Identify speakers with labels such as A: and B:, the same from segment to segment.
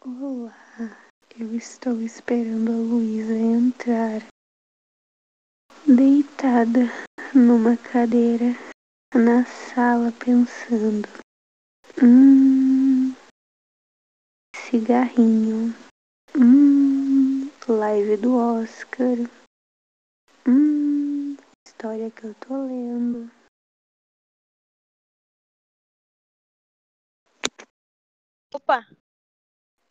A: Olá, eu estou esperando a Luísa entrar. Deitada numa cadeira na sala pensando. Hum. Cigarrinho. Hum. Live do Oscar. Hum. História que eu tô lendo.
B: Opa,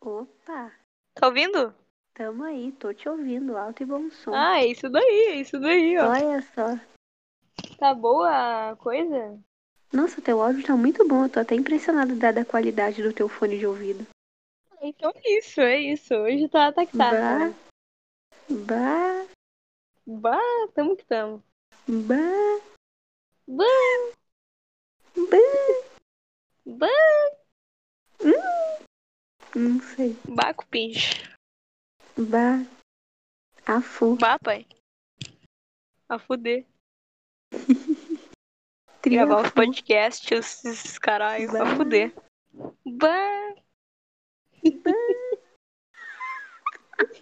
A: Opa,
B: tá ouvindo?
A: tamo aí, tô te ouvindo, alto e bom som.
B: Ah, é isso daí, é isso daí, ó.
A: Olha só.
B: Tá boa a coisa?
A: Nossa, teu áudio tá muito bom. Eu tô até impressionada dada a qualidade do teu fone de ouvido.
B: Então é isso, é isso. Hoje tá, tá que tá.
A: Bah.
B: né?
A: Bah,
B: Bah, tamo que tamo.
A: bah,
B: Bah,
A: bah.
B: bah,
A: Hum. Não sei.
B: bah, cupinche.
A: Bah. Afu.
B: Bah, pai. A fuder. Gravar
A: Triafu.
B: os podcasts, esses caralho,
A: Bah.
B: a fuder. Bah.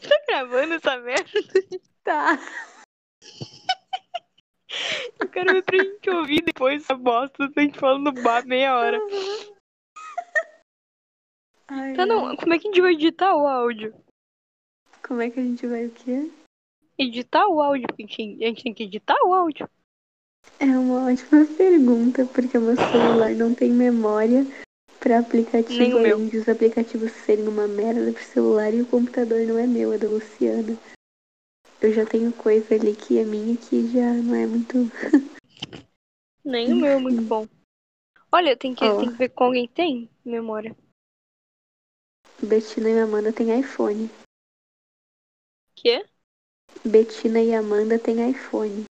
B: tá gravando essa merda?
A: Tá.
B: Eu quero ver pra gente ouvir depois essa bosta. Tô gente falando bah meia hora.
A: Ai,
B: Tá, não. Como é que a gente vai editar o áudio?
A: Como é que a gente vai o quê?
B: Editar o áudio, porque a gente, a gente tem que editar o áudio.
A: É uma ótima pergunta, porque o meu celular não tem memória pra aplicativo.
B: Nem o meu.
A: além de os aplicativos serem uma merda pro celular e o computador não é meu, é da Luciana. Eu já tenho coisa ali que é minha que já não é muito.
B: Nem o meu é muito bom. Olha, tem que,
A: Ó.
B: tem que ver com alguém tem memória.
A: Betina e Amanda tem iPhone.
B: Quê?
A: Betina e Amanda tem iPhone.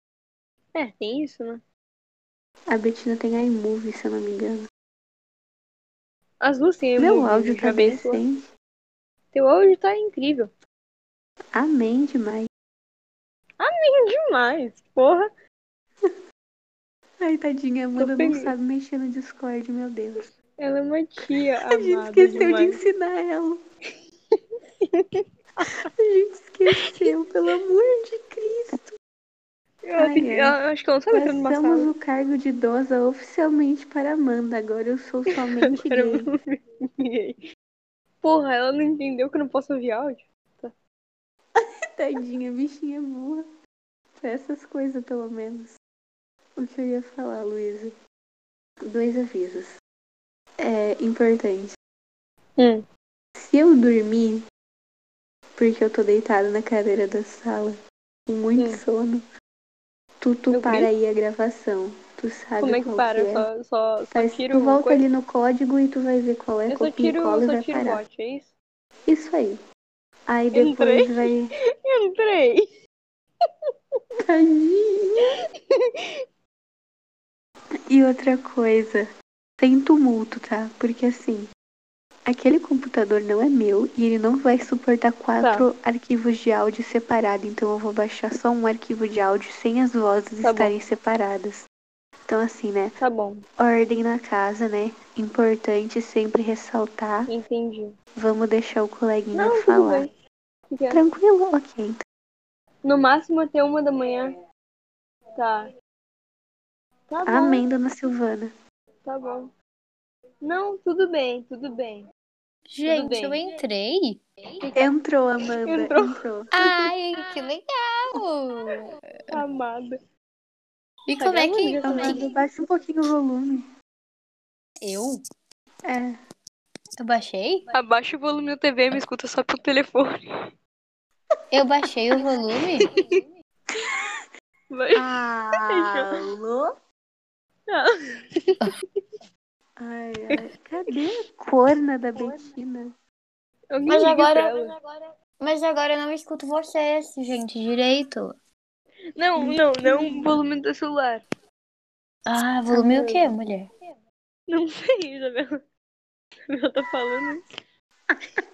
B: É, tem isso, né?
A: A Betina tem iMovie, se eu não me engano.
B: As duas têm
A: Meu
B: emoji,
A: áudio
B: já
A: tá
B: bem sua.
A: decente.
B: Teu áudio tá incrível.
A: Amém demais.
B: Demais, porra.
A: Ai, tadinha, a Amanda não
B: feliz.
A: sabe mexer no Discord, meu Deus.
B: Ela é uma tia
A: A gente
B: amada
A: esqueceu de
B: demais.
A: ensinar ela. A gente esqueceu, pelo amor de Cristo.
B: Ela tem
A: Ai,
B: que-
A: ai.
B: ela- acho que ela não sabe entrar numa
A: Passamos
B: sala.
A: o cargo de idosa oficialmente para Amanda. Agora eu sou somente
B: Era
A: gay.
B: muito- Porra, ela não entendeu que eu não posso ouvir áudio.
A: Tadinha, bichinha burra. Pra essas coisas, pelo menos. O que eu ia falar, Luísa? Dois avisos. É importante.
B: Hum.
A: Se eu dormir, porque eu tô deitada na cadeira da sala, com muito
B: Hum.
A: sono, tu, tu
B: Eu
A: para aí a gravação. Tu sabe
B: Como é que
A: qual
B: para?
A: que é.
B: Eu Só, só, só
A: Mas
B: tiro
A: tu volta
B: coisa.
A: ali no código e tu vai ver qual é,
B: Eu só
A: copia e
B: tiro,
A: cola
B: eu
A: e
B: só
A: vai
B: tiro
A: parar.
B: bot, é isso?
A: Isso aí. Aí
B: Entrei.
A: depois vai.
B: Entrei.
A: Tadinha. E outra coisa, sem tumulto, tá? Porque assim, aquele computador não é meu e ele não vai suportar
B: Tá.
A: quatro arquivos de áudio separados. Então eu vou baixar só um arquivo de áudio sem as vozes
B: Tá bom.
A: estarem separadas. Então assim, né?
B: Tá bom,
A: Ordem na casa, né? Importante sempre ressaltar.
B: entendi.
A: Vamos deixar o coleguinha
B: Não, tudo
A: falar.
B: bem. Fica-
A: Tranquilo? Ok, então.
B: No máximo até uma da manhã. Tá. Tá bom,
A: Amém, dona Silvana.
B: tá bom. Não, tudo bem, tudo bem.
C: Gente, eu
B: bem.
C: entrei?
A: Entrou, Amanda.
B: Entrou.
A: Entrou.
C: Ai, que legal!
B: Amada.
C: E como é que.
B: Tá
C: Como é
A: Amanda,
C: que
A: baixa um pouquinho o volume.
C: eu?
A: É.
C: Eu baixei?
B: Abaixa o volume da TV, me escuta só pelo telefone.
C: Eu baixei o volume?
B: Vai.
A: Alô?
B: Ah.
A: Ai, ai. Cadê a corna da Betina?
B: Alguém
C: Mas
B: liga
C: agora-
B: pra ela.
C: Mas agora eu não escuto vocês, gente, direito.
B: Não, não, não o volume do celular.
C: Ah, volume o quê, mulher?
B: Não sei, Isabela. Isabela tá falando isso.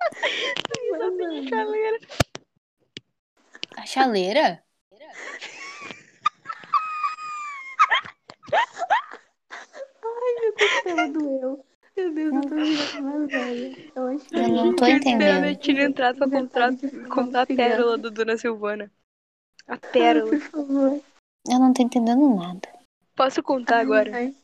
B: Tá
A: Mano,
B: Galera.
C: A chaleira?
A: Ai, meu costela doeu. Eu Meu Deus, eu tô virando uma velha. Eu acho que
D: Eu não
B: Esperando
D: tô
B: a
D: entendendo.
B: Tina entrar pra comprar,
A: Engraçado que eu
B: comprar a
A: fui uma
B: pérola do Dona Silvana. A
A: Ai,
B: pérola.
A: por favor.
D: Eu não tô entendendo nada.
B: Posso contar Tá agora?
A: Ai,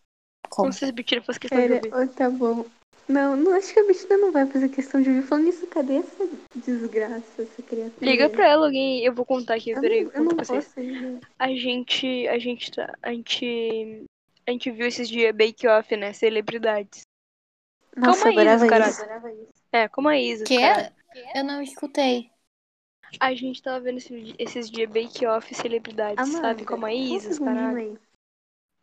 D: Como?
B: Como vocês mentiram, faz questão de
A: Cara,
B: ouvir.
A: ô, tá bom. Não, não acho que a Betina não vai fazer questão de ouvir. Falando nisso, cadê essa desgraça, essa criatura?
B: Liga pra ela alguém, eu vou contar aqui,
A: Uhum. Eu
B: peraí,
A: não,
B: eu
A: eu
B: conto
A: não
B: pra vocês.
A: posso ainda.
B: A gente, a gente, tá- a gente, a gente viu esses dias Bake Off, né, celebridades.
A: Nossa,
B: Calma aí,
A: adorava
B: caralho.
A: isso.
B: É, como a Isa,
D: Que?
B: cara.
D: Eu não escutei.
B: A gente tava vendo esse- esses dias Bake Off, celebridades,
A: Amanda,
B: sabe, como a Isa,
A: Essas
B: as paradas.
A: meninas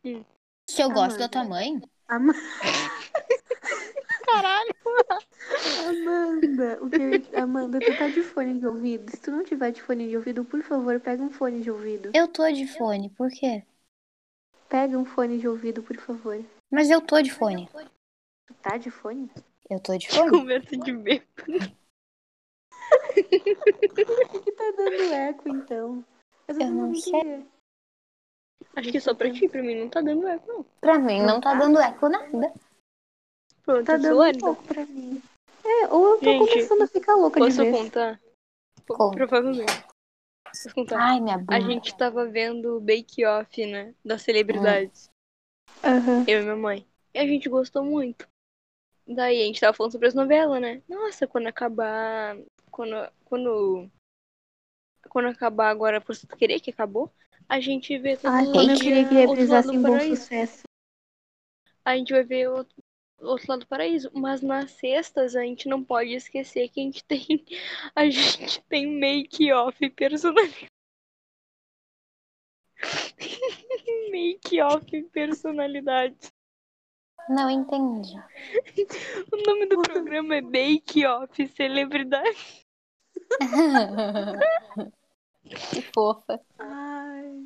A: aí.
D: Se eu gosto
A: Amanda.
D: da tua mãe?
A: Ama-
D: Caralho.
A: Amanda, o que eu ia te- Amanda, tu tá de fone de ouvido. Se tu não tiver de fone de ouvido, por favor, pega um fone de ouvido.
D: Eu tô de fone, por quê?
A: Pega um fone de ouvido, por favor.
D: Mas eu tô de fone.
A: Tu tá de fone?
D: Eu tô de fone.
B: Conversa de bêbado.
A: Por que tá dando eco, então? Eu tô
D: Eu não
A: tentando
D: sei.
A: entender.
B: Acho que é só pra ti, pra mim não tá dando eco, não.
D: Pra mim não tá dando eco nada.
B: Pronto,
A: Tá dando
B: Solane,
A: um pouco pra mim. É, ou eu tô
B: Gente,
A: começando a ficar louca de
B: então. posso
A: vez.
B: contar? P-
D: Conta. Uhum.
B: Provavelmente. Posso contar?
D: Ai, minha bunda.
B: A gente tava vendo o Bake Off, né, das celebridades.
A: Aham.
B: Eu e minha mãe. E a gente gostou muito. Daí a gente tava falando sobre as novelas, né? Nossa, quando acabar. Quando. Quando, quando acabar agora, por você querer que acabou, a gente vê todo
A: Ai, como eu
D: Gente,
A: queria que
B: dia outro lado
A: reprisasse
B: do
A: em bom
B: paraíso.
A: sucesso.
B: A gente vai ver outro, outro lado do paraíso. Mas nas sextas a gente não pode esquecer que a gente tem. A gente tem make-off personalizado. make-off personalidade.
D: Não entendi.
B: O nome do programa é Bake Off Celebridade.
D: que fofa.
A: Ai.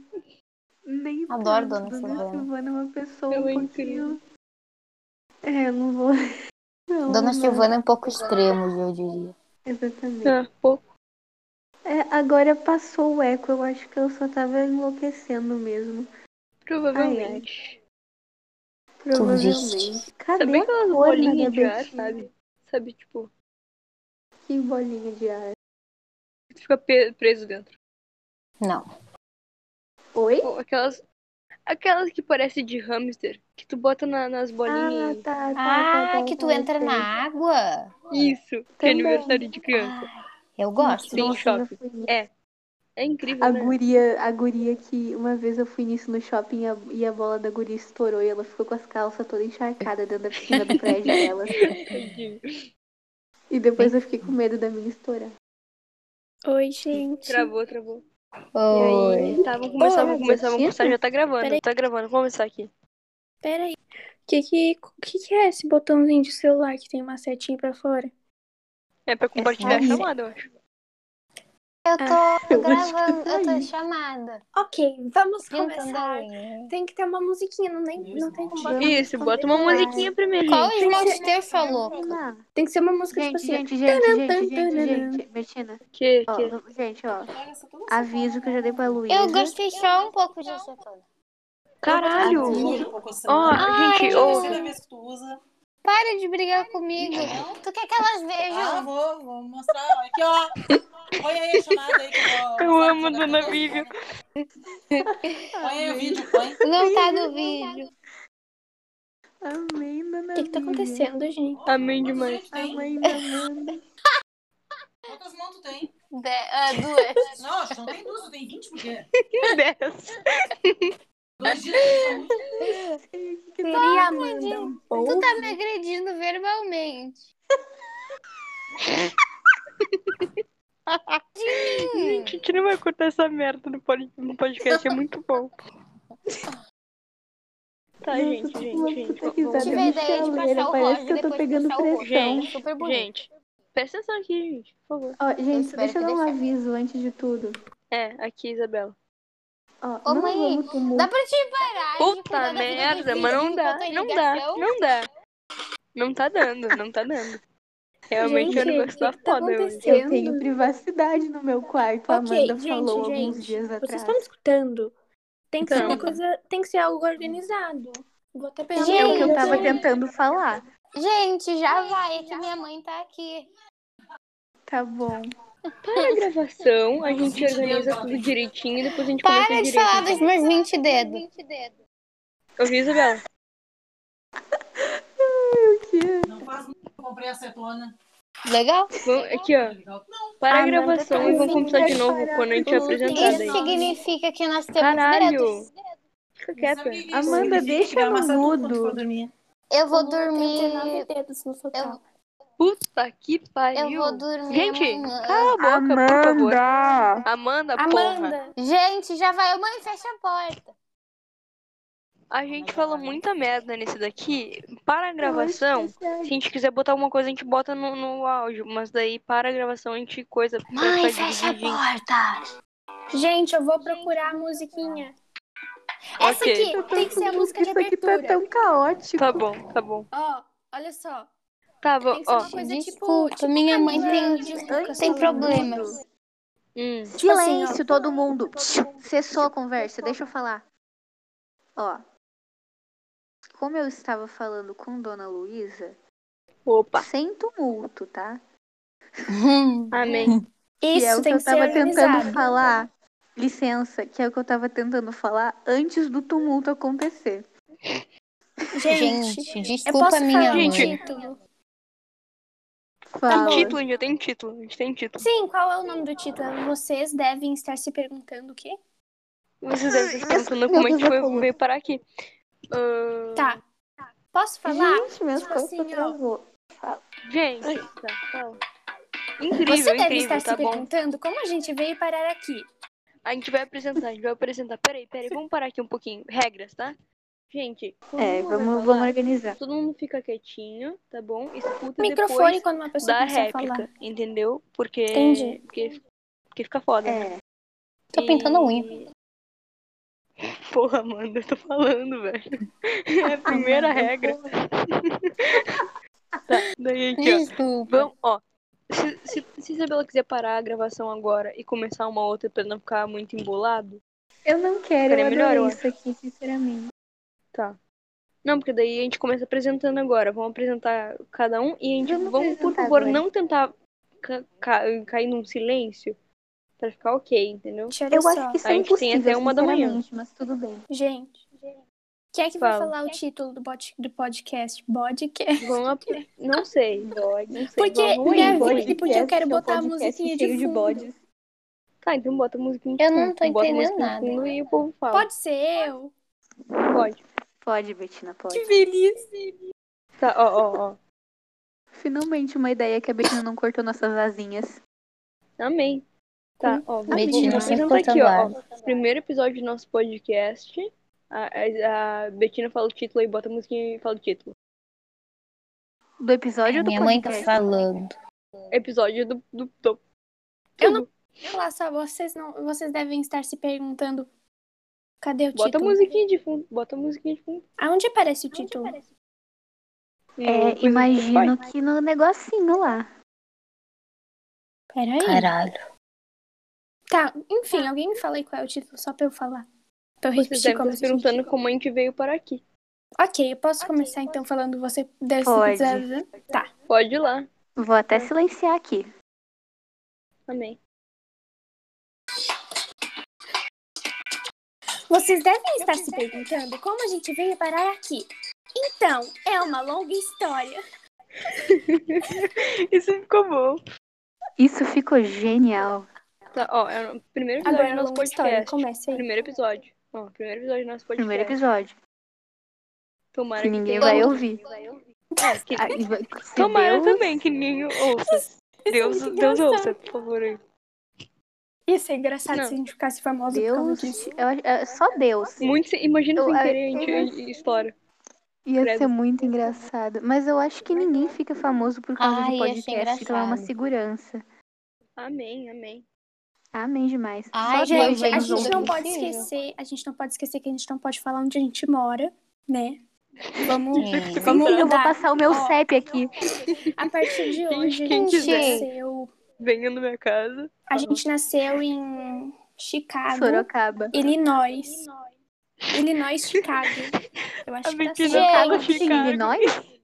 A: Nem
D: Adoro
A: tanto.
D: Dona Silvana.
A: Silvana é uma pessoa
B: Ela é
A: um pouquinho. É, eu não vou. Não, não.
D: Dona Silvana é um pouco extremo, eu diria.
A: Exatamente.
B: Ah, pô,
A: É, agora passou o eco, eu acho que eu só tava enlouquecendo mesmo.
B: provavelmente.
A: Provavelmente. Cadê
B: Sabe
A: a cor
B: aquelas
A: na
B: bolinhas de ar,
A: gavetinha?
B: sabe? Sabe, tipo,
A: Que bolinha de ar.
B: que fica pe- preso dentro.
D: Não.
A: Oi?
B: Ou aquelas. Aquelas que parece de hamster, que tu bota na- nas
A: Ah,
B: bolinhas.
A: tá, tá, tá,
D: Ah,
A: tá,
D: que tu
A: tá,
D: entra
A: sei.
D: na água.
B: Isso, que é
A: Também.
B: aniversário de criança.
D: Eu gosto.
B: Sim,
A: Nossa, ainda
B: choque.
A: fui nisso. né?
B: É incrível,
A: A
B: né?
A: guria, a guria que uma vez eu fui nisso no shopping e a, e a bola da guria estourou e ela ficou com as calças toda encharcada dentro da piscina do prédio dela.
B: Tadinho.
A: E depois eu fiquei com medo da minha estourar.
E: Oi, gente.
B: Travou, travou.
D: Oi.
B: Tá, vamos começar, vamos começar, vamos começar. Já tá gravando,
E: Peraí.
B: tá gravando, vamos começar aqui.
E: Peraí. O que que, que que é esse botãozinho de celular que tem uma setinha pra fora?
B: É pra compartilhar a
A: sério?
B: chamada, eu acho.
D: Ah, Eu tô
A: eu acho que
D: gravando, eu
A: tá
D: tô
A: aí.
D: chamada.
E: Ok, vamos
D: Entendeu?
E: Tem que ter uma musiquinha, não, nem, não tem como botar
B: Isso,
E: música
B: bota uma
E: contemporânea.
B: musiquinha primeiro.
D: Qual
B: gente.
D: esmalte teu falou?
A: Não.
E: Tem que ser uma música
A: Gente,
E: tipo assim.
A: gente, gente, gente, gente, gente, Betina.
B: Que,
A: Ó,
B: que...
A: v- gente, ó. Aviso que eu já dei pra Luísa.
D: Eu gostei só um pouco de acetona.
B: Caralho!
F: Muda um pouco
B: Ó,
F: o celular.
B: gente,
F: é a
B: ô,
F: terceira vez que tu usa.
D: Para de brigar comigo. Tu quer que elas
F: Ah,
D: vejam?
F: vou, vou mostrar. Aqui, ó. Põe aí a chamada aí que eu vou.
B: Eu amo
F: mostrar
B: Dona
F: pra
B: Bíblia.
F: Põe aí o vídeo, põe.
D: Não tá no vídeo.
A: Amém, dona
E: O que que tá acontecendo, gente?
B: Amém demais.
F: Quantas mãos tu tem?
A: Amém, Amanda.
F: Quantas mãos tu tem?
D: De, ah, duas.
F: Não, acho que não tem duas, tu tem 20 porque.
B: Dez.
F: Dois dias de saúde.
A: tá
E: Seria Amanda um
D: Tu tá me agredindo verbalmente. De mim.
B: Gente, a gente não vai cortar essa merda no pod- no podcast, é muito bom. Tá, gente,
A: Nossa,
B: gente,
A: uma
B: gente.
A: puta
B: vamos-
A: risada
D: Tive a ideia de
A: chaleira,
D: passar o
A: parece
D: rosa
A: que eu tô
D: depois
A: pegando
D: de passar
E: então,
D: o roxo.
A: pressão.
D: É super bonito.
B: Gente, presta atenção aqui, gente, por favor.
A: Ó, gente,
D: espero
A: deixa eu
D: que
A: dar um
D: dê certo.
A: aviso antes de tudo.
B: É, aqui, Isabela.
A: Ó,
D: Ô,
A: não
D: mãe,
A: vamos pro mundo.
D: Dá pra te parar
C: tipo,
D: de cuidar
B: Puta
D: da vida dos
B: merda,
D: bichos
B: mas não dá,
D: enquanto tem
B: não dá,
D: ligação?
B: não dá. Não tá dando, não tá dando. Realmente
E: Gente,
B: o negócio
E: o
B: tá
E: que que tá
B: foda hoje.
E: acontecendo?
A: Eu tenho privacidade no meu quarto, a
E: Ok,
A: Amanda falou
E: gente,
A: alguns
E: gente,
A: dias
E: Vocês
A: atrás. É
E: estão me escutando? Tem que ser
B: Então.
E: uma coisa. Tem que ser algo organizado. Vou até pegar
D: Gente,
A: É o que eu
E: meu
A: tava
E: caderno.
A: tentando falar.
C: Gente, já vai que minha mãe tá aqui.
A: Tá bom.
B: Para a gravação, a gente organiza tudo direitinho e depois a gente
C: Para
B: começa
C: de
B: direito. então.
C: falar dos meus 20 dedos.
B: Ouviu, Isabela?
F: Não faz muito, eu comprei tá acetona.
C: Legal?
B: Vamos, aqui, ó.
F: Legal.
B: Para a
A: Amanda tá
B: gravação e vamos
A: ouvindo
B: começar de
A: as
B: novo quando a gente é apresentada aí.
C: Isso significa que nós temos dedos.
B: Caralho! Fica quieta.
F: Sabe o que que isso
A: Amanda,
F: significa?
A: deixa
F: Tirar
A: no
F: uma acetona
A: mudo.
F: quando for dormir.
C: Eu vou
E: Eu tenho 39
C: dormir.
E: dedos no total.
B: Puta que
C: Eu
B: pariu.
C: vou dormir.
B: Gente,
C: amanhã.
B: cala a boca, por favor.
A: Amanda!
B: Amanda, porra.
E: Amanda!
C: Gente, já vai. Mãe, fecha a porta.
B: A gente falou muita merda nesse daqui. Para a gravação, se a
A: Sério.
B: gente quiser botar alguma coisa, a gente bota no, no áudio. Mas daí, para a gravação, a gente coisa. pra
C: Mãe,
B: ficar
C: fecha a
B: dividindo.
C: porta.
E: Gente, eu vou procurar a musiquinha. Essa
B: Ok.
E: aqui tem que ser a música de
A: Isso aqui tá
E: abertura.
A: tão caótico.
B: Tá bom, tá bom.
E: Ó, olha só.
B: Tá bom,
E: Tem que ser
B: ó.
E: uma coisa tipo.
C: Desculpa, minha mãe tem, tem problemas.
B: Hum.
E: Tipo assim, ó.
A: Silêncio, todo mundo. Cessou a conversa, deixa eu falar. Ó. Como eu estava falando com Dona Luísa,
B: Opa.
A: sem tumulto, tá?
B: Amém.
A: que é
E: Isso
A: o que
E: tem
A: eu
E: que ser
A: tava tentando
E: organizado.
A: falar. Licença, que é o que eu tava tentando falar antes do tumulto acontecer.
E: Gente,
C: Gente,
E: eu posso
C: desculpa, minha
E: falar um o
C: mãe.
B: Gente.
E: título?
A: Fala.
B: Título, ainda tem título. A gente tem título.
E: Sim, qual é o nome do título? Vocês devem estar se perguntando o quê?
B: Vocês devem estar se perguntando
A: Meu
B: como a
A: Deus,
B: gente
A: eu
B: foi,
A: falei.
B: veio parar aqui. Ah,
E: Tá.
A: Uhum.
E: Posso falar?
A: Gente, minhas
E: Tipo
A: costas
E: assim, ó.
A: travou.
B: Gente, tá, fala. Incrível,
E: Você deve
B: incrível,
E: estar
B: tá
E: se
B: bom.
E: perguntando como a gente veio parar aqui.
B: A gente vai apresentar, a gente vai apresentar. Peraí, peraí, vamos parar aqui um pouquinho. Regras, tá? Gente, quando
A: É,
B: uma vai
A: vamos,
B: falar,
A: vamos organizar.
B: todo mundo fica quietinho, tá bom? Escuta
E: Microfone
B: depois
E: quando uma pessoa
B: da
E: começar a
B: réplica,
E: falar.
B: entendeu? Porque,
E: Entendi.
B: porque, porque fica foda.
A: É.
C: Tô pintando um
B: E-
C: unha.
B: Porra, Amanda, eu tô falando, velho. É a primeira regra. Tá, daí aqui, ó.
C: Desculpa.
B: Vamos, ó. Se, se, se Isabela quiser parar a gravação agora e começar uma outra pra não ficar muito embolado.
A: Eu não quero, eu
B: Peraí, melhor,
A: adorei
B: eu
A: isso aqui, sinceramente.
B: Não, porque daí a gente começa apresentando agora. Vamos apresentar cada um e a gente.
A: Vamos
B: Vamos, por
A: apresentar
B: favor,
A: agora.
B: não tentar ca- ca- cair num silêncio pra ficar ok, entendeu?
E: Gente, olha
A: Eu
E: só.
A: acho que isso
B: A
A: é
B: gente tem
A: impossível,
B: até uma da manhã.
A: sinceramente, mas tudo bem.
E: Gente, quem é que vai
B: Fala.
E: falar o título do, bot- do podcast? Podcast.
B: Vamos. ap- Não sei, bode. Não sei.
E: Porque
B: vamos
E: minha
B: aí, bode.
E: vida, porque
A: é
E: eu quero botar a musiquinha de fundo.
B: Tá, então bota a musiquinha
C: Eu não tô
B: bota a
C: entendendo
B: musiquinha de
C: nada.
B: fundo E o povo fala.
E: Pode ser eu?
B: Pode.
A: Pode, Betina, pode.
E: Feliz.
B: Tá, ó, ó, ó.
A: Finalmente uma ideia que a Betina não cortou nossas asinhas.
B: Amém. Tá,
A: Hum,
B: ó. Vou,
C: Betina,
B: vou
C: sempre
B: apresentar aqui, ó,
C: contando
B: ó. Primeiro episódio do nosso podcast. A, a, a Betina fala o título aí, bota a musiquinha e fala o título.
A: Do
B: É,
A: episódio ou do
C: Minha mãe tá
A: podcast?
C: falando.
B: Episódio do. do, do-
E: Eu não- Olha só, vocês, não, vocês devem estar se perguntando. Cadê o
B: Bota a
E: título?
B: musiquinha de fundo. Bota a musiquinha de fundo.
E: Aonde aparece o título?
B: Hum,
A: É,
B: coisa-
A: imagino que no negocinho lá.
E: Peraí.
C: Caralho.
E: Tá, enfim, alguém me fala aí qual é o título, só pra eu falar. Pra eu
B: Vocês
E: repetir
B: devem
E: como
B: estar
E: eu
B: se perguntando como a gente veio para aqui.
E: Ok, eu posso começar então falando você deve
A: Pode.
E: Tá.
B: Pode ir lá.
A: Vou até silenciar aqui.
B: Amém.
E: Vocês devem estar se perguntando como a gente veio parar aqui. Então, é uma longa história.
B: Isso ficou bom.
A: Isso ficou genial.
B: Tá, ó. É o primeiro episódio
E: Agora
B: do
E: é
B: nosso
E: longa história,
B: podcast.
E: comece aí.
B: Primeiro episódio. Ó, primeiro episódio do nosso podcast.
A: Primeiro episódio.
B: Tomara
A: Que ninguém
B: tenha- um
A: vai ouvir.
B: É, que-
A: Ah, e vai- se
B: Tomara
A: Deus-
B: também que ninguém ouça. Deus,
E: muito
B: Deus
E: engraçado.
B: ouça, por favor. aí.
E: Ia ser é engraçado
B: Não.
E: se a gente ficasse famoso por causa
A: Deus.
E: disso.
A: eu acho- é só Deus.
B: Muito se- imagina
A: Eu-
B: sem
A: a-
B: querer a gente a- a estoura.
A: Ia
B: Credo.
A: ser muito engraçado. Mas eu acho que ninguém fica famoso por causa
C: Ai,
A: de
C: ia ser
A: podcast. Então é uma
C: engraçado.
A: segurança.
B: Amém, amém.
A: Amém demais.
C: Ai,
A: só
E: Gente,
A: Deus
C: vai
E: a
A: nos
C: junto.
E: gente
A: ouve.
E: não pode
C: Possível.
E: esquecer, a gente não pode esquecer que a gente não pode falar onde a gente mora, né? Vamos,
C: Sim.
E: vamos
A: Eu vou
E: mudar.
A: passar o meu
E: Ó,
A: CEP aqui.
E: A partir de
B: Quem-
E: hoje,
B: quem
E: a gente
C: quiser.
E: nasceu.
B: Venha na minha casa.
E: A gente nasceu em Chicago,
A: Sorocaba.
E: Illinois. Illinois, Chicago. Eu acho
B: A
E: que tá
B: Betina
E: certo.
B: fala
C: Gente,
B: Chicago.
A: Illinois?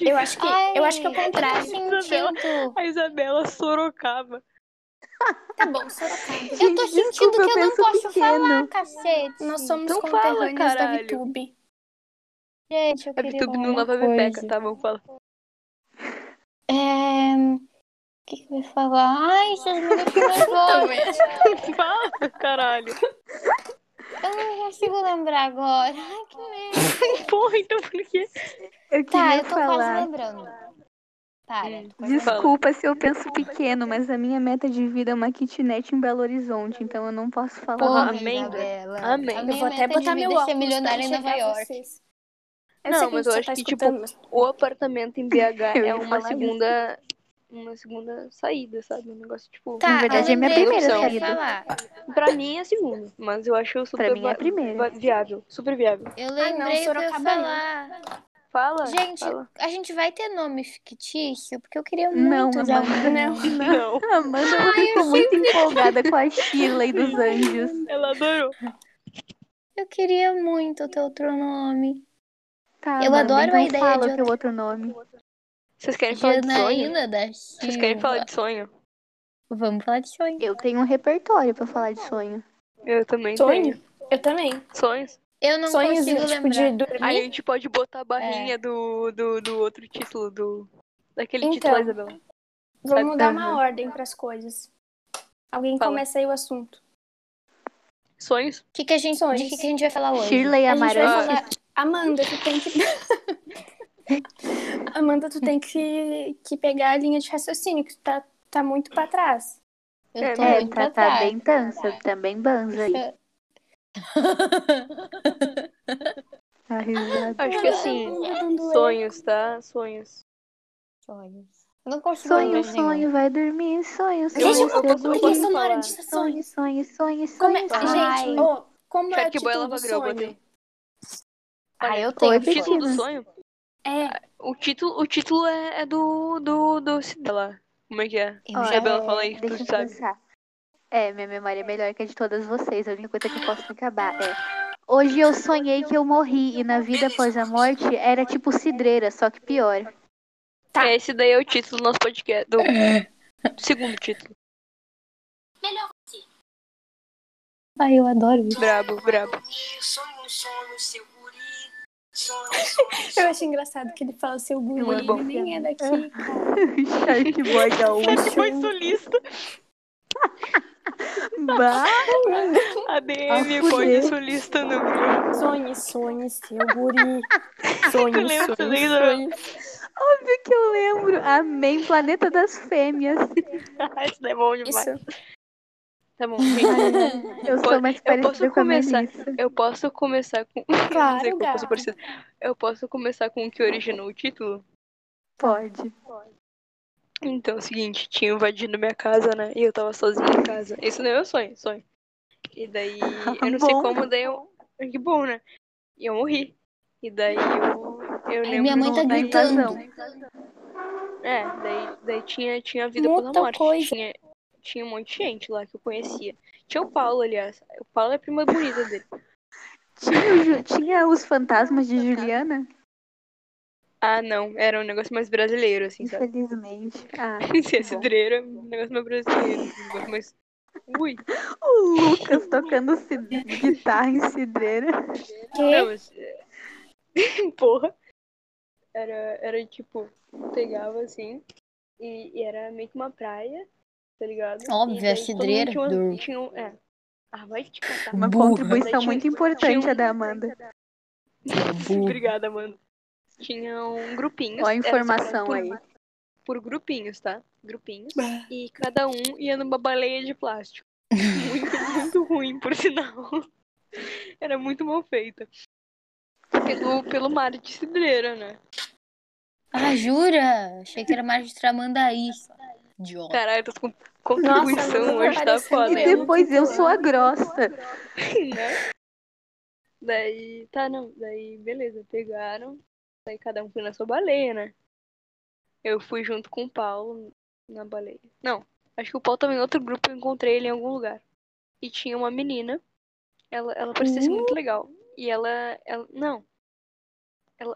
E: Eu acho que,
C: Ai,
E: eu acho que é o contrário.
C: Eu tô sentindo.
B: A Isabela Sorocaba.
E: Tá bom, Sorocaba.
C: Eu tô
A: Gente,
C: sentindo
A: desculpa,
C: que eu não
A: penso
C: posso
A: pequeno.
C: falar, cacete.
E: Nós somos
B: Então fala,
E: conterrâneos da
B: caralho.
E: VTube.
C: Gente, eu
B: A
C: queria
B: Vitube
C: falar
B: não
C: uma
B: lava
C: coisa.
B: pepeca, tá bom? Fala.
C: É... O que que eu ia falar? Ai, vocês me deixam nervosa.
E: Também.
B: Fala, caralho.
C: Eu não consigo lembrar agora. Ai, que merda.
B: Porra, então por quê?
A: Eu
C: Tá,
A: queria
C: eu tô quase
A: falar.
C: lembrando.
E: É.
C: Para. tô quase lembrando.
A: Desculpa se eu penso pequeno, mas a minha meta de vida é uma kitnet em Belo Horizonte, então eu não posso falar.
B: Porra,
A: muito.
B: amém.
C: Isabela.
B: Amém.
C: A
E: Eu
C: minha
E: vou até
C: meta de vida
E: botar meu
C: é
E: óculos
C: ser milionária em
E: pra
C: Nova
E: enxergar
C: York.
E: vocês. Eu
B: Não,
E: sei que
B: mas
E: você
B: eu
E: tá
B: acho que, tipo,
E: escutando, mas-
B: O apartamento em BH
A: Eu
B: é
A: ia
B: uma
A: falar
B: segunda. Uma segunda saída, sabe? Um negócio, tipo.
C: Tá,
A: Na verdade, é minha primeira
C: saída.
A: saída.
B: Pra mim é a segunda. Mas eu acho super
A: Pra mim é a
B: va-
A: primeira.
B: va- viável. Super viável.
C: Eu
E: Ah, não,
C: lembrei pra eu
E: Sorocaba não.
C: falar.
B: Fala.
C: Gente,
B: fala.
C: a gente vai ter nome fictício? Porque eu queria
A: Não,
C: muito usar
A: Amanda,
C: um nome.
B: Não.
A: A Amanda ficou muito empolgada com a Shirley dos Anjos.
B: Ela adorou.
C: Eu queria muito ter outro nome.
A: Tá,
C: Eu
A: Amanda,
C: adoro
A: então
C: a ideia
A: fala
C: de
A: o teu outro nome.
B: Vocês querem falar de sonho?
C: Janaína da Silva.
B: Vocês querem falar de sonho?
C: Vamos falar de sonho.
A: Eu tenho um repertório pra falar de sonho.
B: Eu também
E: Sonho?
B: tenho.
E: Eu também.
B: Sonhos?
C: Eu não
E: Sonhos
C: consigo
E: tipo
C: lembrar.
E: de dormir.
B: Aí a gente pode botar a
C: É.
B: barrinha do, do, do outro título, do. Daquele
E: Então.
B: título, Isabela.
E: Vamos mudar
A: Aham.
E: uma ordem pras coisas. Alguém
B: tá Fala.
E: começa aí o assunto.
B: Sonhos?
C: Que que a gente,
E: Sonhos.
C: de que, que a gente vai falar hoje?
A: Shirley
E: A gente vai
A: Amarante.
E: falar- Amanda, tu tem que. Amanda, tu tem que, que pegar a linha de raciocínio, que tu tá, tá muito pra trás.
C: Eu tô
B: É,
A: É,
C: muito
A: tá,
C: pra
A: tá
C: trás.
A: bem dança, também banza aí.
E: É.
A: A risada.
B: Acho que assim.
C: é.
B: Sonhos, tá? Sonhos.
C: Sonhos. Eu não consigo
A: Sonho,
C: lembrar de nenhum.
A: sonho, vai dormir, sonho, sonho.
E: Gente,
B: eu
A: cedo,
B: posso- eu
E: por que
B: posso
A: sonho,
E: sonora
B: falar.
E: de
A: sonho,
E: sonhos?
A: sonho, sonho,
E: é Como é...
A: sonho.
E: Gente,
A: Ai,
E: ô, como é a
B: Shark Boy
E: atitude do
B: Lava Girl, botei.
E: sonho?
C: Ah, eu
A: Oi,
C: tenho
B: O título do
A: Fictício.
B: sonho?
E: É,
B: O título, o título é, é do. do. do. sei lá. Como é que é?
C: Eu
A: Ó,
C: já...
B: Isabela, fala aí,
A: Deixa
B: tu
A: eu
B: sabe.
A: pensar. É, minha memória é melhor que a de todas vocês. A única coisa que eu posso me acabar é. Hoje eu sonhei que eu morri e na vida após a morte era tipo cidreira, só que pior.
E: Tá.
B: É, Esse daí é o título do nosso podcast. Do segundo título.
C: Ai, eu adoro isso.
B: Brabo, brabo.
E: eu acho engraçado que ele fala seu guri,
B: Muito bom.
E: ele nem é daqui.
A: Sharkboy gaúcho.
B: Foi solista.
A: Bah,
B: A DM
A: Ah,
B: pode
A: fuder.
B: solista no grupo.
E: Sonhe, sonhe, seu guri. Sonhe,
B: lembro
E: sonhe,
B: também do-
E: sonhe.
A: óbvio que eu lembro. Amém, planeta das fêmeas.
B: Isso daí é bom demais.
E: Isso.
B: Tá bom, gente.
A: Eu sou
B: Pode-
A: mais
B: eu posso
A: parecida com a
B: começar.
A: Melissa.
B: Eu posso começar com.
E: Claro,
B: Não sei como eu posso
E: gata.
B: parecer. Eu posso começar com o que originou o título?
A: Pode.
B: Então, é o seguinte, tinha invadido minha casa, né? E eu tava sozinha em casa. Isso não é meu sonho, sonho. E daí, eu não sei
A: Bom.
B: como, daí eu... Que bom, né? E eu morri. E daí eu, eu
C: Ai,
B: lembro...
C: minha mãe tá
B: da
C: gritando.
B: invasão. É, daí, daí tinha, tinha vida pela
E: Muita
B: morte.
E: coisa.
B: Tinha, tinha um monte de gente lá que eu conhecia. Tinha o Paulo, aliás. O Paulo é a prima bonita dele.
A: Tinha, o Ju- tinha os fantasmas de Juliana?
B: Ah, não. Era um negócio mais brasileiro, assim, sabe?
A: Infelizmente. Ah,
B: Se é cidreiro, é um negócio mais brasileiro. Um negócio mais... Ui.
A: o Lucas tocando cid- guitarra em cidreira.
B: Não, mas... eh, Porra. Era, era tipo, pegava assim, e, e era meio que uma praia, tá ligado?
C: Óbvio,
B: E daí
C: a cidreira,
B: todo mundo Tinha,
C: dur.
B: uma- tinha um, é. Ah, vai te catar.
A: Uma
C: Burra.
A: contribuição
B: Tinha-
A: muito
B: tinha
A: importante
B: um-
A: a da Amanda.
B: Obrigada, mano. Tinha um grupinho.
A: Ó a
B: era separado
A: informação
B: por-
A: aí.
B: Por grupinhos, tá? Grupinhos. E cada um ia numa baleia de plástico. Muito, muito ruim, por sinal. Era muito mal feita. Pelo, pelo mar de cidreira, né?
C: Ah, jura? Achei que era mais de Tramandaí. Idiota.
B: Caralho, tô com
E: Nossa,
B: contribuição
E: não tá
B: hoje, tá
E: parecendo
B: foda.
A: né? E
E: Eu não
A: depois
E: tô
A: eu sou a grossa.
B: né? Daí, tá, não. Daí, beleza, pegaram. Daí cada um foi na sua baleia, né? Eu fui junto com o Paulo na baleia. Não, acho que o Paulo também em outro grupo, eu encontrei ele em algum lugar. E tinha uma menina.
A: Hum?
B: Ela, ela parecia ser muito legal. E ela, ela. Não. Ela.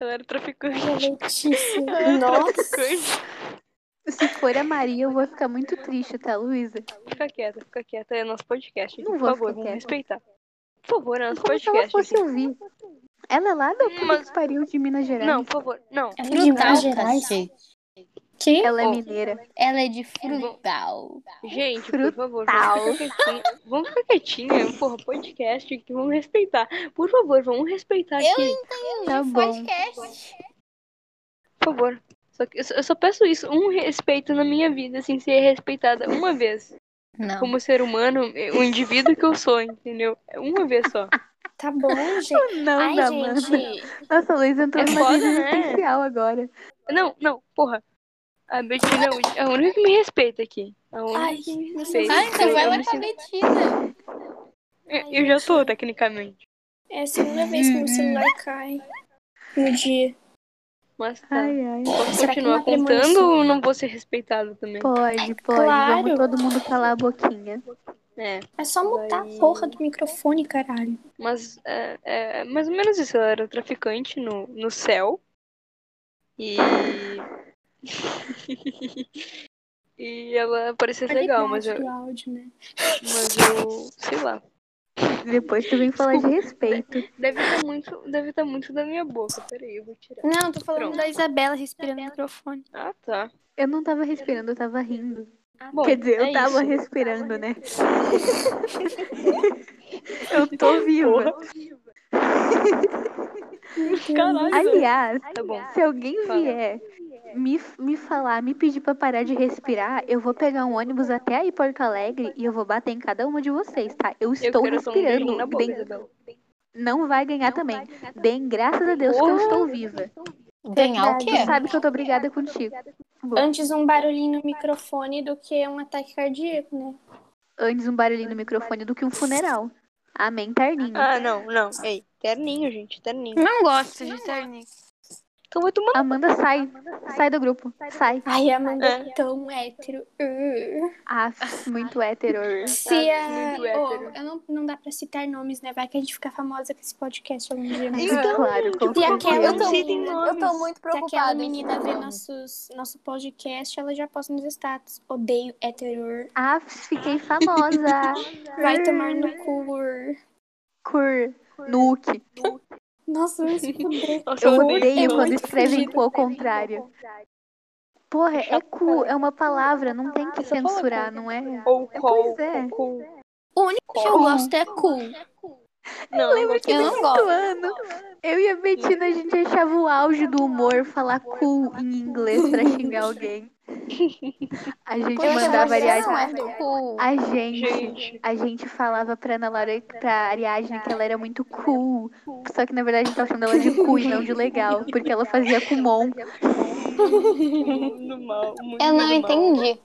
B: Ela era traficante.
E: Letícia.
B: Ela era
E: Nossa.
B: traficante.
A: Se for a Maria, eu vou ficar muito triste, tá, Luísa?
B: Fica quieta, fica quieta. É nosso podcast.
A: Não
B: por
A: vou
B: favor,
A: ficar
B: vamos
A: quieta.
B: respeitar. Por favor, é nosso
A: Como se ela
B: podcast. Hum,
A: fosse ouvir. Ela é lá da puta
B: Mas-
A: que pariu de Minas Gerais.
B: Não, por favor, não.
C: É
E: de Minas
C: frutal,
E: Gerais?
C: cacete.
E: Que?
A: Ela é
B: Oh.
A: mineira.
C: Ela é de frutal.
B: Gente,
A: Frutal.
B: por favor, vamos ficar quietinha. Vamos ficar quietinha, porra, podcast que vamos respeitar. Por favor, vamos respeitar
C: Eu
B: aqui.
A: Tá bom.
C: Podcast.
B: Por favor. Só que eu só- eu só peço isso, um respeito na minha vida, assim, ser respeitada uma vez.
C: Não.
B: Como ser humano, o indivíduo que eu sou, entendeu? É Uma vez só.
E: Tá bom, gente.
A: Não,
E: Ai,
A: Amanda.
E: gente.
A: Nossa, a Luísa entrou
B: É
A: numa
B: foda,
A: crise
B: né?
A: existencial agora.
B: Não, não, porra. A Betina é a uni- é a única que me respeita aqui. A única
E: Ai,
B: é que né? me
E: não sei.
B: respeita.
C: Ah, então
B: Eu-
C: vai
B: eu
C: lá
B: me
C: com a
B: sinto-
C: Betina.
B: eu- Eu já tô, tecnicamente.
E: É a segunda vez que meu celular cai no dia.
B: Mas tá.
A: Ai, ai.
B: Posso
E: Será que não
B: continuar
E: é premonição?
B: contando ou não vou ser respeitado também?
A: Pode, pode.
E: Claro.
A: Vamos todo mundo calar a boquinha.
B: É.
E: É só mudar a porra do microfone, caralho.
B: Mas é, é mais ou menos isso. Ela era traficante no, no céu. E. e ela parecia
A: é
B: legal, mas eu,
E: Qualidade do áudio, né?
B: mas eu. Sei lá.
A: Depois tu vem falar de respeito.
B: Deve estar muito, deve tá muito da minha boca. Peraí, eu vou tirar.
E: Não, tô falando
B: Pronto.
E: da Isabela respirando no microfone.
B: Ah, tá.
A: Eu não tava respirando, eu tava rindo.
B: Bom,
A: Ah, Quer dizer, eu
B: é
A: tava
B: isso.
A: respirando, né? eu tô viva.
B: Caralho.
A: Aliás,
B: Tá bom.
A: se alguém
B: Fala.
A: vier me, me falar, me pedir pra parar de respirar, eu vou pegar um ônibus até aí Porto Alegre e eu vou bater em cada uma de vocês, tá? Eu estou
B: quero só um beijinho
A: respirando.
B: na boca,
A: Deem-
B: Isabela.
A: não vai ganhar também. Deem graças a Deus que eu
B: Porra.
A: estou viva.
C: Ganhar o
A: Tu
C: quê?
A: sabe que é? eu tô brigada contigo.
E: Antes um barulhinho no microfone do que um ataque cardíaco, né?
A: Antes um barulhinho no microfone do que um funeral. Amém, Terninho.
B: Ah, não, não. Ei, terninho, gente, terninho.
D: Não gosto de terninho.
B: Então vai tomar.
A: Amanda, sai. Sai do grupo. Sai.
E: Ai, Amanda
B: É.
E: é tão hétero. Uh.
A: Ah, muito hétero.
E: Se a...
B: Tá muito hétero.
E: Oh, eu não, não dá pra citar nomes, né? Vai que a gente fica famosa com esse podcast algum dia. Mas...
B: Então,
A: claro, com
E: e aquela
A: certeza.
E: Eu tô-
B: citem
D: eu tô
B: nomes.
D: muito
E: Se aquela
D: preocupada. assim.
E: menina vê nossos, nosso podcast, ela já posta nos status. Odeio hétero.
A: Ah, fiquei famosa.
E: Vai tomar no cu.
A: Cur. Nuke.
E: Nossa, vai se fuder.
B: Nossa,
A: Eu
E: odeio
A: odeio
E: cu.
A: quando
E: Muito
A: escrevem
E: fugido.
A: cu ao contrário. Porra, é cu, é uma palavra, não tem que censurar, não é?
B: Ou
A: Pois
B: qual?
A: é.
B: ou qual.
E: O único que eu gosto é cu.
B: Não, é eu gosto
A: que
B: de-
A: no quinto ano, eu e a Betina, a gente achava o auge do humor falar cool em inglês pra xingar alguém. A gente
E: Poxa,
A: mandava a
E: você
A: Ariadne.
E: não é
A: A gente,
B: Gente,
A: a gente falava pra Ana Laura, pra Ariadne, que ela era muito cool. Só que na verdade a gente tava chamando ela de cool e não de legal, porque ela fazia Kumon.
B: mundo mal. Muito
C: Eu não
B: mal.
C: entendi.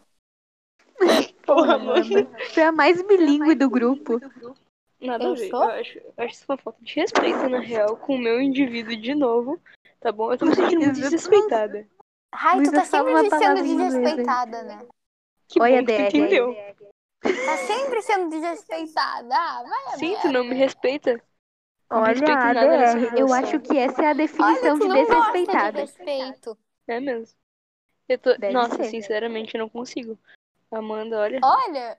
B: Porra, mano.
A: Foi é a mais bilíngue do grupo.
B: Nada
C: Eu
B: a ver.
C: sou?
B: Eu acho, eu acho isso uma falta de respeito, na real, com o meu indivíduo de novo. Tá bom? Eu tô me sentindo muito
A: Luísa,
B: desrespeitada.
D: Ai, tu
A: Luísa,
D: tá
A: fala
D: sempre
A: uma
D: de-
A: palavra
D: sendo
A: em inglês, hein?
D: desrespeitada, né?
B: Que
A: Oi,
B: bom que tu
A: ADR.
B: entendeu.
D: Tá sempre sendo desrespeitada. Ah, vai a
B: Sim,
D: merda.
B: tu não me respeita. Não respeito
A: Olha,
B: nada nessa
A: ADR, eu
B: relação.
A: acho que essa é a
D: Olha,
A: definição
D: tu
A: de
D: não gosta Então, de
A: desrespeitada.
D: respeito.
B: É mesmo. Eu tô...
A: Deve
B: Nossa,
A: ser.
B: sinceramente, eu não consigo. Amanda, olha.
D: Olha,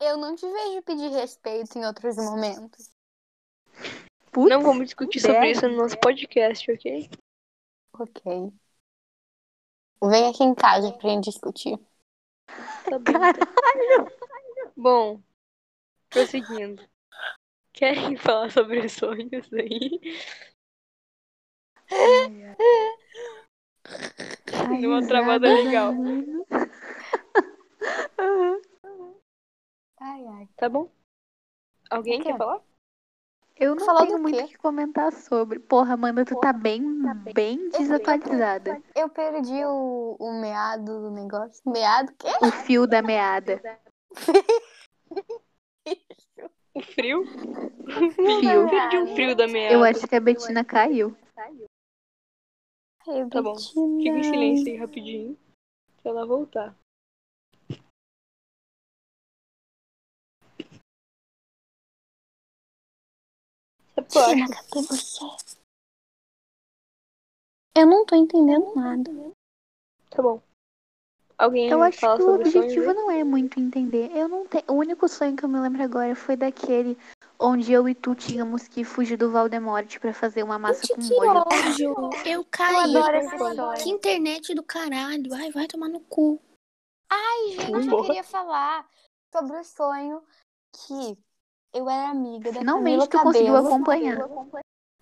D: eu não te vejo pedir respeito em outros momentos.
A: Putz,
B: Não vamos discutir sobre isso no nosso podcast, ok?
D: Ok. Vem aqui em casa pra gente discutir.
B: Tá bom.
A: cara.
B: Bom, prosseguindo. Querem falar sobre sonhos aí? Deu uma travada legal.
D: Ai, ai.
B: Tá bom? Alguém quer
D: Quero.
B: falar?
A: Eu não
D: Falar
A: tenho
D: do
A: muito o
D: quê?
A: que comentar sobre. Porra, Amanda, tu tá bem, bem, desatualizada.
D: Eu perdi o, o meado do negócio. Meado o quê?
A: O fio da meada.
B: O frio? Eu
A: Fio.
B: perdi o frio da meada.
A: Eu acho que a Betina caiu.
D: Eu
B: Tá bom.
D: perdi,
B: Fica em
D: não.
B: silêncio aí rapidinho. Pra ela voltar. Sabe o que eu acho?
E: é?
D: Cadê você? Eu não tô entendendo nada.
B: Tá bom. Alguém
A: Eu acho que
B: fala
A: o
B: sobre sonhos?
A: objetivo não é muito entender. Eu não tenho. O único sonho que eu me lembro agora foi daquele onde eu e tu tínhamos que fugir do Valdemorte pra fazer uma massa com
G: Gente, que
A: molho.
G: ódio.
E: Eu caí.
D: adoro
G: essa história.
E: Que internet do caralho. Ai, vai tomar no cu.
D: Ai, gente, eu
B: Porra.
D: queria falar sobre o sonho que eu era amiga da
A: Finalmente
D: Camila
A: tu conseguiu
D: Cabello.
A: acompanhar.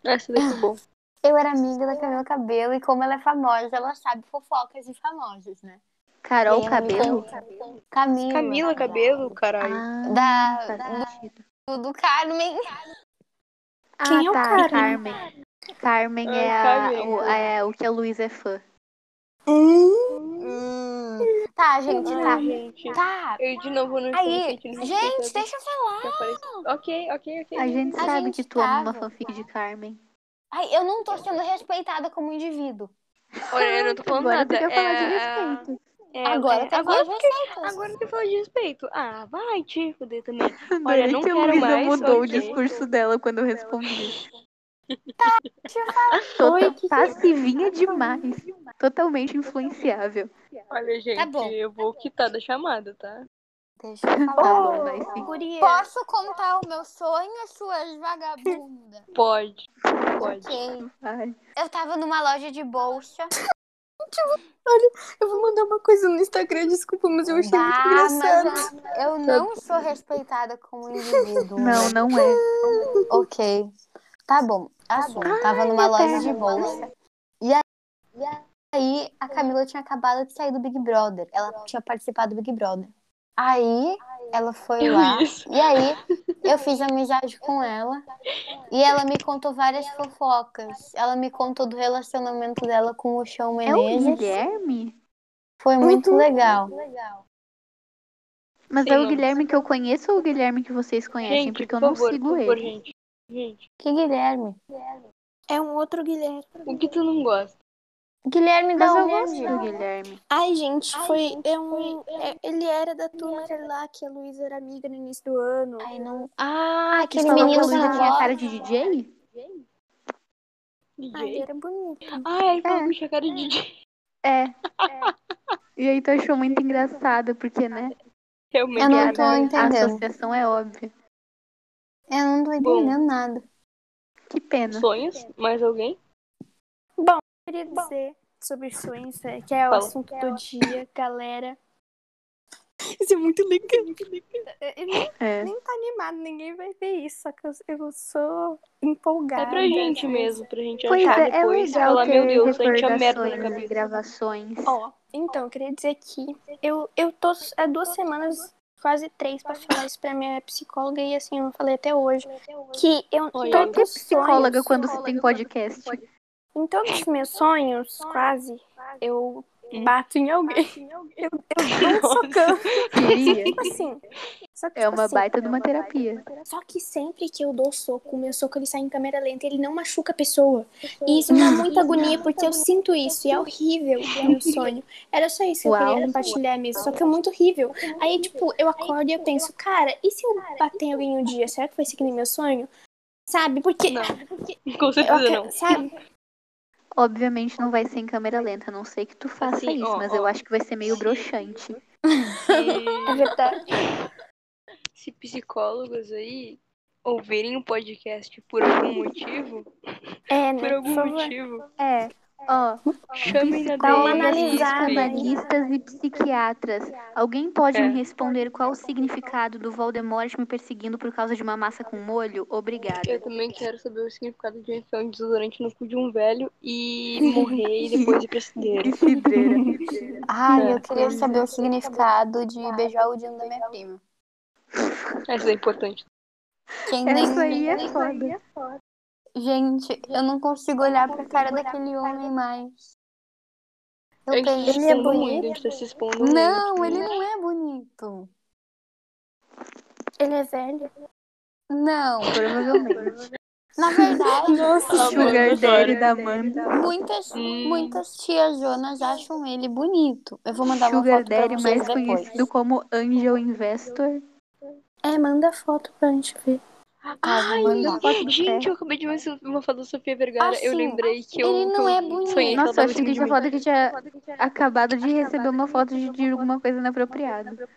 B: Essa é daí foi bom.
D: Eu era amiga da Camila Cabelo e como ela é famosa, ela sabe fofocas de famosos, né?
A: Carol
D: E ela me
A: Cabelo?
D: contou- Camila.
B: Camila, cabelo, caralho.
A: Ah,
D: Da,
A: tá,
D: da-
A: sentido.
D: do, do Carmen.
A: Ah,
G: Quem é o
A: tá,
G: Carmen?
A: Carmen. Carmen é,
B: Ah,
A: a-
B: Carmen.
A: o, é o que a Luísa é fã.
D: Tá, gente,
B: Ai,
D: tá.
B: gente.
D: Tá.
B: Eu de novo no
D: Aí,
B: não
D: gente, deixa eu falar.
B: Ok, ok, ok.
A: A gente
D: A
A: sabe
D: gente
A: que tu ama uma
D: tava.
A: fanfic de Carmen.
D: Ai, eu não tô sendo respeitada como indivíduo.
B: Olha, eu não tô falando
A: Agora tu
B: nada.
A: quer
B: é
A: falar de
B: a-
A: respeito.
B: é-
D: Agora
B: é-
D: tá
B: agora,
D: falando respeitas.
B: agora tu falou de respeito. Ah, vai te fuder também. é Olha,
A: Adorei
B: não
A: que a
B: quero
A: Luísa
B: mais,
A: mudou o
B: ok.
A: discurso dela quando eu respondi.
D: Tá, deixa eu
A: Total, passivinha
D: tá
A: demais. Totalmente influenciável.
B: Olha, gente,
A: Tá
H: bom.
B: eu vou quitar da chamada, tá?
D: Deixa eu
A: Tá
D: falar.
E: Oh.
A: bom, vai sim.
G: Guria.
D: Posso contar o meu sonho, suas vagabundas?
B: Pode. Pode.
D: Ok.
A: Vai.
D: Eu tava numa loja de bolsa.
E: Eu vou mandar uma coisa no Instagram, desculpa, mas eu achei muito
D: Tá,
E: engraçado.
D: mas eu- eu não sou respeitada como indivíduo.
A: Não, não é.
D: Ok. Tá bom. Assunto. Tava numa
A: tá
D: loja de bolsa. E aí, e aí a Camila tinha acabado de sair do Big Brother. Ela tinha participado do Big Brother. Aí ela foi
B: Eu
D: lá.
B: isso.
D: E aí eu fiz amizade com ela. E ela me contou várias fofocas. Ela me contou do relacionamento dela com o Chão
A: É o
D: Menezes.
A: Guilherme? Uhum.
D: Foi muito legal.
A: Mas
B: Sim,
A: é o
B: mano.
A: Guilherme que eu conheço ou o Guilherme é que vocês conhecem?
B: Gente,
A: Porque eu
B: por
A: não
B: favor,
A: sigo
B: por favor,
A: ele.
B: gente. Gente,
D: Que Guilherme?
E: É um outro Guilherme.
B: o que tu não gosta?
D: Guilherme
A: Mas
D: da
A: eu
D: União.
A: gosto do Guilherme.
E: Ai, gente, foi. é um, é- ele era da turma lá que a Luísa era amiga no início do ano.
D: Ai, não. Ah,
A: Ele
D: aquele
A: falou que a
D: menino
A: Luísa
D: que
A: tinha cara de DJ?
E: Ai, ele
B: DJ?
E: era bonito.
B: Ah, ele falou
A: É.
B: que tinha cara de DJ.
A: É. E aí tu achou muito engraçado, porque, né?
D: Eu
B: Realmente. é
D: não
A: a-
D: tô
A: A
D: entendendo.
A: associação é óbvia.
D: Eu não tô
B: Bom.
D: entendendo nada.
A: Que pena.
B: Sonhos? Mais alguém?
E: Eu queria dizer sobre os sonhos, é, que é o
B: Fala.
E: assunto do dia, galera.
I: Isso é muito legal.
E: É, é, nem,
A: É.
E: nem tá animado, ninguém vai ver isso, só que eu, eu sou
B: É
E: empolgada.
B: pra gente mesmo, pra gente
A: Pois
B: achar
A: é, é
B: um depois.
A: legal
B: falar,
A: ter
B: meu Deus, a gente tinha merda na
A: recordações e
B: cabeça.
A: gravações.
E: Ó, então, eu queria dizer que eu, eu tô há duas semanas, quase três, pra falar isso pra minha psicóloga e assim, eu não falei até hoje. Que eu
B: Olha,
A: Pra que
E: todos os
A: psicóloga
E: sonhos-
A: quando você tem podcast?
E: Em todos os meus sonhos, quase, eu bato em alguém. Eu, eu dou um socão.
A: Queria.
E: Tipo assim. Só que,
A: É
E: tipo
A: uma
E: assim,
A: baita de uma terapia.
E: Só que sempre que eu dou soco, o meu soco ele sai em câmera lenta, ele não machuca a pessoa.
B: Uhum.
E: E isso me dá muita agonia, porque eu sinto isso, e é horrível o meu sonho. Era só isso que eu
A: Uau.
E: queria compartilhar mesmo, só que é muito horrível. Aí, tipo, eu acordo e eu penso, cara, e se eu bater em alguém um dia? Será que foi isso que nem meu sonho? Sabe? Porque.
B: Não.
E: porque
B: Com
E: eu
B: certeza
E: aca-
B: não.
E: Sabe?
A: Obviamente não vai ser em câmera lenta, a não sei que tu faça
B: Assim,
A: isso,
B: ó,
A: mas
B: ó.
A: eu acho que vai ser meio broxante.
B: Se-
E: É verdade.
B: se psicólogos aí ouvirem o podcast por algum motivo,
E: É,
B: por
E: né?
B: algum
E: Por favor.
B: motivo,
A: É, ó,
B: chamem na
E: Dá uma
A: psicólogas,
B: DM
E: analisada,
B: e
A: psicanalistas e psiquiatras. Alguém pode
B: É.
A: me responder qual o significado do Voldemort me perseguindo por causa de uma massa com molho?
B: Eu
A: Obrigada.
B: também quero saber o significado de enfiar um desodorante no cu de um velho e morrer e depois ir pra cidreira.
D: Ai,
B: É.
D: eu queria saber o significado de beijar o Dino da minha prima.
B: Essa é importante.
D: Quem
A: Isso aí
D: nem-
A: é foda.
D: Gente, eu não consigo olhar pra cara daquele homem mais. Eu
B: A gente tá
D: penso.
B: se
E: Ele é
B: expondo muito, a gente tá se expondo muito.
D: Não, ele não é bonito.
E: Ele é velho.
D: Não.
A: Provavelmente.
D: Na verdade,
B: Ah,
A: Sugar
B: mano,
A: Daddy
B: sorry.
A: da Amanda.
D: muitas,
B: Hum.
D: muitas tias Jonas acham ele bonito. Eu vou mandar uma
A: Sugar
D: foto pra
A: Daddy,
D: vocês
A: mais
D: depois.
A: conhecido como Angel Investor.
E: É, manda foto pra gente ver.
D: Ai, manda
A: foto do
B: Gente,
A: pé.
B: eu acabei de ver uma foto da Sofia Vergara. eu
D: Assim,
B: lembrei que eu.
D: ele
B: que
D: não
B: eu
D: é bonito.
B: Sonhei
A: Nossa, eu
B: eu
A: achei que a gente vai falar que tinha acabado de receber uma foto de, de alguma coisa inapropriada.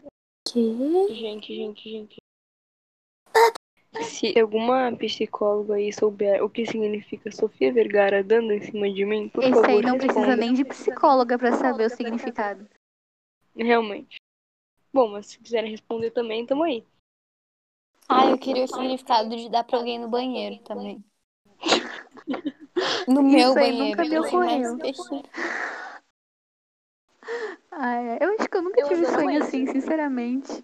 B: Gente, gente, gente. Se alguma psicóloga aí souber o que significa Sofia Vergara dando em cima de mim, por
A: Esse
B: favor,
A: aí não
B: responda.
A: precisa nem de psicóloga pra saber o significado.
B: Realmente. Bom, mas se quiserem responder também, tamo aí.
D: Ai, eu queria o significado de dar pra alguém no banheiro também. No meu
A: Isso aí
D: banheiro.
A: nunca me
D: eu sei mais
A: ocorreu.
D: peixe.
A: Ai, ai, Ah, é. eu acho que eu nunca
B: Eu
A: tive
B: adoro
A: sonho
B: esse.
A: assim, sinceramente.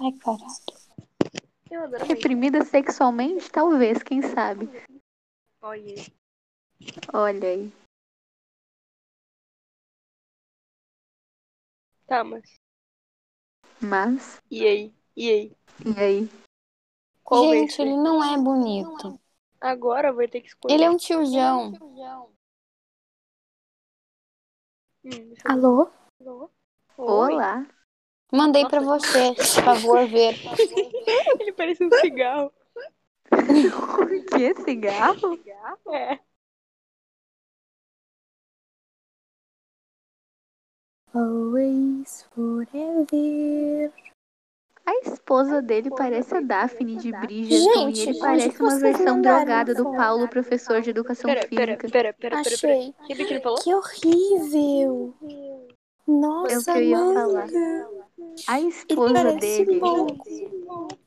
D: Ai, caralho.
B: Eu adoro
A: Reprimida sexualmente, talvez, quem sabe.
B: Olha.
A: Olha aí.
B: Tá, mas.
A: Mas,
B: E aí? E aí?
A: e aí?
B: Qual vai
D: Gente,
B: ser?
D: ele não é bonito.
B: Agora vai ter que escolher.
D: Ele é um
B: Hum,
D: tiozão.
B: deixa eu-
E: Alô?
B: Oi.
A: Olá.
D: Mandei pra você, por favor, ver.
B: Ele parece um cigarro.
A: Por que cigarro?
B: É.
E: Always forever.
A: A esposa dele parece a Daphne de Bridgerton
E: Gente,
A: e ele
B: é
E: onde
A: parece
E: que
A: uma
E: vocês
A: versão
E: mandaram
A: drogada do
E: essa?
A: Paulo, professor de educação
B: Pera, pera,
A: física.
B: pera, pera, pera, pera.
E: Achei.
B: O que que ele falou?
E: Que horrível.
A: É o que
E: Nossa,
A: eu ia falar.
E: manga.
A: A
E: Ele
A: esposa
E: parece
A: dele é
E: um pouco.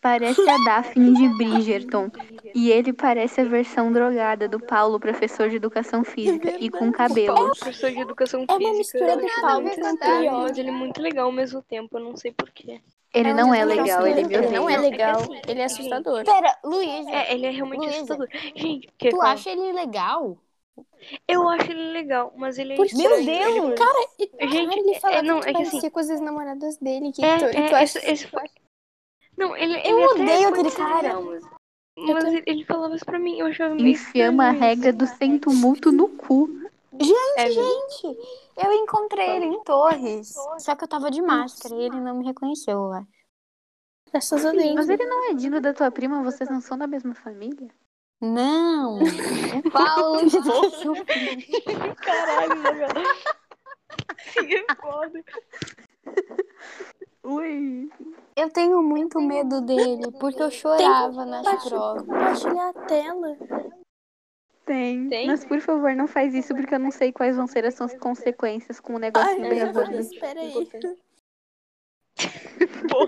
A: parece a Daphne de Bridgerton e ele parece a versão drogada do Paulo, professor de educação física, e com cabelo.
B: Paulo, professor de educação
E: é uma
B: física.
E: mistura do
B: ele é
E: Paulo
B: muito
E: com o
B: estranho,
E: Theo.
B: Mas ele é muito legal ao mesmo tempo, eu não sei porquê.
A: Ele não é legal, ele me
E: Ele não é
A: odeia.
E: legal.
B: Ele é assim,
E: Ele é assustador.
D: Pera, Luiz,
B: É, ele é realmente
D: Luísa.
B: assustador. Gente, que
D: tu acha ele legal?
B: Eu acho ele legal, mas ele é
E: Por-
D: Meu
B: estranho.
D: Deus!
E: E,
B: Gente,
E: cara, ele
B: é-
E: falava
B: não,
E: que
B: é que assim-
E: parecia com as ex-namoradas dele. Que
B: É,
E: tu, e tu
B: é,
E: acha-
B: esse, esse foi... Não, ele, ele
D: Eu
B: até
D: odeio
B: pode
D: aquele
B: ser
D: cara.
B: legal, mas mas ele, ele falava isso pra mim, eu achava meio
A: Enfiamos a
B: estranho isso.
A: regra do sem tumulto no cu.
B: É,
D: Gente, eu encontrei ele em Torres. Só que eu tava de máscara e ele não me reconheceu, eu acho.
E: Graças a Deus.
A: Mas ele não é Dino da tua prima, vocês não são da mesma família?
D: Não! É Paulo de
B: caralho, né, velho? Que foda.
A: Ui.
D: Eu tenho muito medo dele, porque eu chorava nas provas.
E: compartilhar a tela.
A: Tem.
B: Tem?
A: Mas por favor, não faz isso porque eu não sei quais vão ser as suas consequências com o negócio do
B: meu
A: Revolver.
B: Deus.
E: Espera aí.
B: Pô,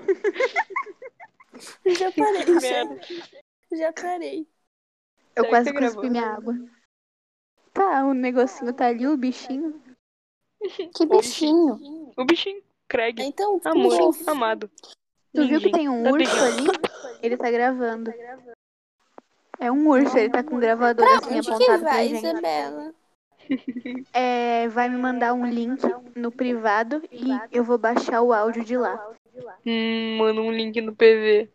E: Já parei.
B: merda.
E: Já, já parei.
A: Eu
B: Será
A: quase
B: que tá
A: cuspi
B: gravando?
A: minha água. Tá, o negocinho tá ali, o bichinho.
D: Que bichinho!
B: O bichinho, Craig.
E: Então,
B: Amor,
E: gente,
B: amado.
A: Tu viu que
B: Lindinho.
A: tem um
B: Dá
A: urso ali?
B: beijinho.
A: Ele tá gravando. É um urso, ele tá com um gravador assim
E: onde que
A: apontado pra
E: vai,
A: gente.
E: Isabela?
A: É, vai me mandar um link no privado e eu vou baixar o áudio de lá.
B: Hum, manda um link no PV.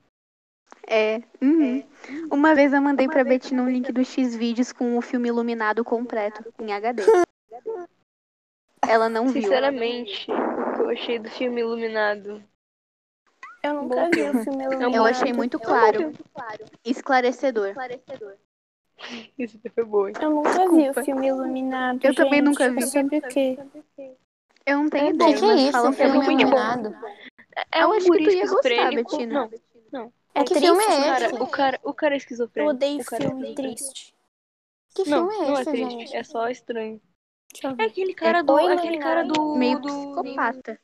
A: É. uhum. Uma vez eu mandei pra Betina um link do X vídeos com o filme iluminado completo em HD. Ela não viu.
B: Sinceramente, o que eu achei do filme Iluminado.
E: Eu nunca vi o filme Iluminado.
A: Eu achei muito claro. Esclarecedor.
B: Isso foi boa. hein?
E: Eu nunca vi o filme Iluminado.
A: Eu também
E: gente.
A: nunca vi.
E: É sobre o quê?
A: Eu não tenho
D: O que,
A: ideia,
D: que é
A: mas
D: isso?
A: fala
D: Um
A: o filme
D: filme
B: muito bom.
D: iluminado?
B: É
A: Eu
B: um
A: acho que tu
B: guri
A: ia gostar,
B: esquizofrênico.
A: Betina.
B: Não,
E: É
D: que
E: triste,
D: filme é
E: cara.
D: esse?
B: cara, o cara, o cara é
E: Eu
B: esquizofrênico.
E: odeio
B: O cara é
E: filme triste.
D: Que
B: Não,
D: filme
B: não
D: é
B: é
D: esse,
B: triste,
D: gente?
B: é só estranho.
E: Deixa eu
B: É
E: ver.
B: aquele cara do.
E: Oi,
B: é aquele cara do.
A: Meio
B: do-
A: psicopata.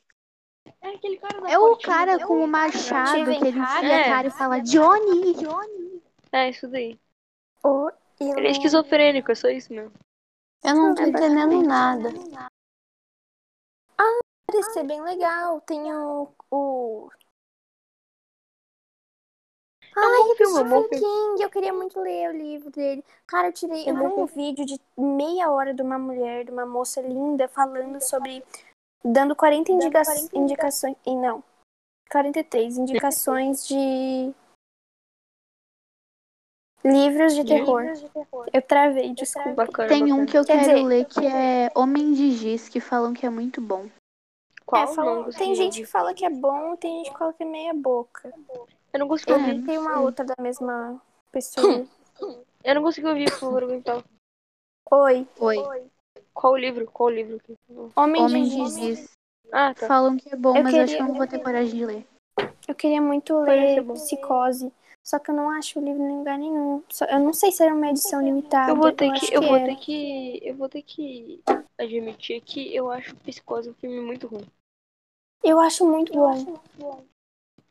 B: É aquele cara da um
A: É o
B: fotinho.
A: cara com o machado
D: Steven
A: que ele enfia
B: Hagg.
A: a cara e fala Johnny. um
B: É, isso daí.
E: O
B: Ele é
E: Iluminado.
B: esquizofrênico, é só isso mesmo.
D: Eu não tô entendendo nada.
E: Parece ser bem legal. Tem o... o...
B: é um bom filme, é um bom
E: Stephen
B: filme.
E: King, eu queria muito ler o livro dele. Cara, eu tirei eu vi um vídeo de meia hora de uma mulher, de uma moça linda, falando sobre. dando 40 indica indicações. E não. 43 indicações de. livros de terror. Eu travei, desculpa.
B: Bacana.
A: Tem um
B: bacana.
A: que eu
E: Quer
A: quero
E: dizer-
A: ler que é Homem de Giz, que falam que é muito bom.
B: Qual?
E: É, falam-
A: um-
B: Não consegui
E: tem gente
B: ouvir.
E: que fala que é bom, tem gente que fala que é meia boca.
B: Eu não consegui
A: É.
B: ouvir.
E: Tem uma outra da mesma pessoa.
B: Eu não consegui ouvir, por favor, alguém fala.
E: Oi.
A: Oi.
B: Qual o livro? Qual o livro? que-
E: Homem,
A: Homem
E: de Giz.
A: de Giz.
B: Ah, tá.
A: Falam que é bom,
E: Eu
A: mas eu acho que
E: queria-
A: eu não vou ter coragem de ler.
E: Eu queria muito
B: Parece
E: ler
B: bom.
E: Psicose. Só que eu não acho o livro em lugar nenhum. Só- eu não sei se era uma edição limitada.
B: Eu vou ter
E: acho
B: que, eu vou
A: é.
E: era.
B: ter que, eu vou ter que admitir que eu acho Psicose um filme muito ruim.
E: Eu acho muito bom.
B: Eu acho
A: O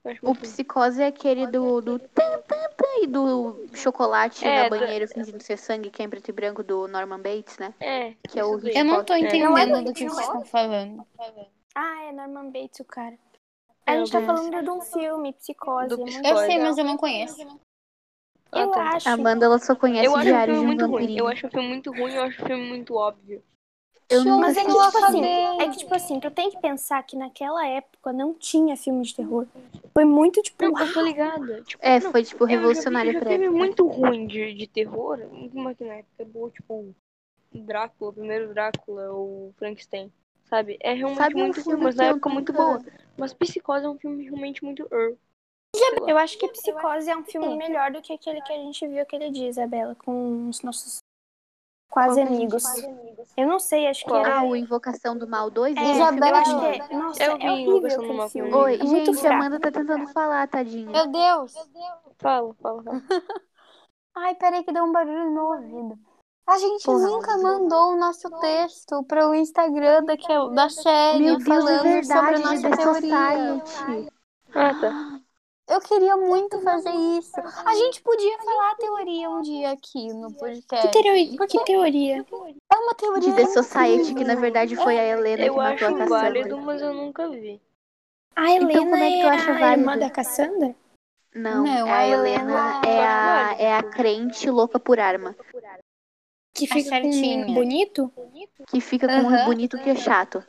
B: muito ruim.
A: psicose é aquele do, do tam, tam, tam e do chocolate
B: É,
A: na
B: da-
A: banheira fingindo ser sangue, que é em preto e branco do Norman Bates, né?
B: É,
A: Que é
B: isso
A: o
B: daí.
J: Eu não tô
A: É.
J: entendendo
E: Não é
J: do que
E: muito
J: vocês estão falando.
E: Ah, é Norman Bates o cara. A
B: Meu
E: gente tá
B: Deus.
E: falando de um filme, Psicose.
B: Do
E: é muito
B: Psicose.
J: Eu
B: Olha.
J: sei, mas eu não conheço.
B: Ah,
E: Eu então.
B: tá.
E: acho.
A: A Amanda, ela só conhece
B: Eu acho o
A: Diário
B: filme
A: de um
B: muito ruim. Eu
A: Vampirinho.
B: acho o filme muito ruim, eu acho o filme muito óbvio.
A: Eu nunca
E: Mas é
A: assisti.
E: que, tipo assim, é que, tipo assim, tu tem que pensar que naquela época não tinha filme de terror. Foi muito, tipo,
B: Não, eu tô ligada. Tipo,
A: É,
B: não,
A: foi tipo
B: eu já vi-
A: revolucionário
B: já
A: pra
B: teve
A: época.
B: muito ruim de, de terror, uma que na época é boa, tipo Drácula, o primeiro Drácula, o Frankenstein. Sabe? É realmente
A: Sabe um
B: muito ruim,
A: filme
B: mas
A: que
B: na
A: eu
B: época é muito
A: nunca-
B: boa. Mas Psicose é um filme realmente muito. er.
E: Eu acho que Psicose é um filme melhor do que aquele que a gente viu aquele dia, Isabela, com os nossos
A: Qual
E: quase
A: que a gente
E: amigos. Eu não sei, acho que
B: Qual?
E: era.
A: Ah, o Invocação do Mal 2?
E: É,
A: esse
E: eu
D: Isabela,
E: acho que
A: filme?
E: é. Nossa,
B: Eu vi
D: um-
B: Invocação
E: é horrível
B: do
E: aquele
B: Mal
E: filme.
B: com
A: Oi,
E: É muito
A: gente, a
E: fraco.
A: Amanda tá tentando falar, tadinha.
D: Meu Deus!
B: Fala, fala, fala.
D: Ai, peraí que deu um barulho no meu ouvido. A gente
A: Porra,
D: nunca mandou o nosso texto para o Instagram da, que é- da Shelly
A: Meu Deus, é
D: falando sobre a
A: verdade,
D: nossa
A: The
D: teoria.
A: Society.
B: Ah, tá.
D: Eu queria muito fazer isso. A gente podia falar a teoria um dia aqui no
E: Que
D: podcast.
E: teoria? Que teoria?
D: É uma
A: De
D: teoria
A: The Society, que na
D: incrível.
A: verdade foi a Helena que
B: Eu
A: matou a
B: acho válido,
A: Cassandra.
B: mas eu nunca vi.
E: A Helena
A: como é que tu
E: era
A: acha
E: a irmã
A: válido?
E: da Cassandra?
A: Não,
D: Não,
A: a
D: a
A: Helena
D: Helena-
A: é a, é a crente louca por arma.
E: Que
J: A
E: fica com um
J: certinha.
E: bonito?
A: Que fica com um
D: Aham.
A: bonito que é chato.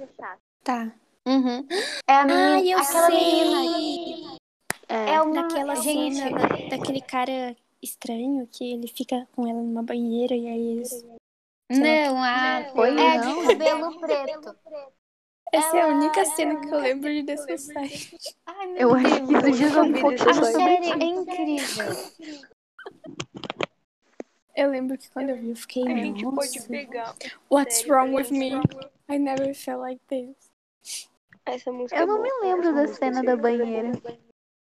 E: Tá.
D: Uhum. É a
E: Ah,
D: menina,
E: eu
D: aquela menina.
E: sei.
A: É.
D: É uma
E: Daquela
D: gente.
E: cena da- daquele cara estranho que ele fica com ela numa banheira e aí eles.
J: Não, a.
A: Foi,
D: É a
A: não?
D: de cabelo preto.
E: Essa é a única cena que eu lembro de The Society.
D: Ai, meu
A: Eu acho que isso diz um
B: vi
A: pouco
B: The
D: A
A: sobre
D: série é incrível.
E: Eu lembro que quando eu vi, eu fiquei.
B: A gente pode
E: Nossa,
B: pegar.
E: what's
B: sério,
E: wrong
B: a
E: with
B: gente
E: me? I never felt like this.
B: Essa música
A: Eu
B: é
A: não
B: boa.
A: me lembro
B: Essa
A: da
B: música
A: cena
B: é
A: da
B: boa.
A: banheira.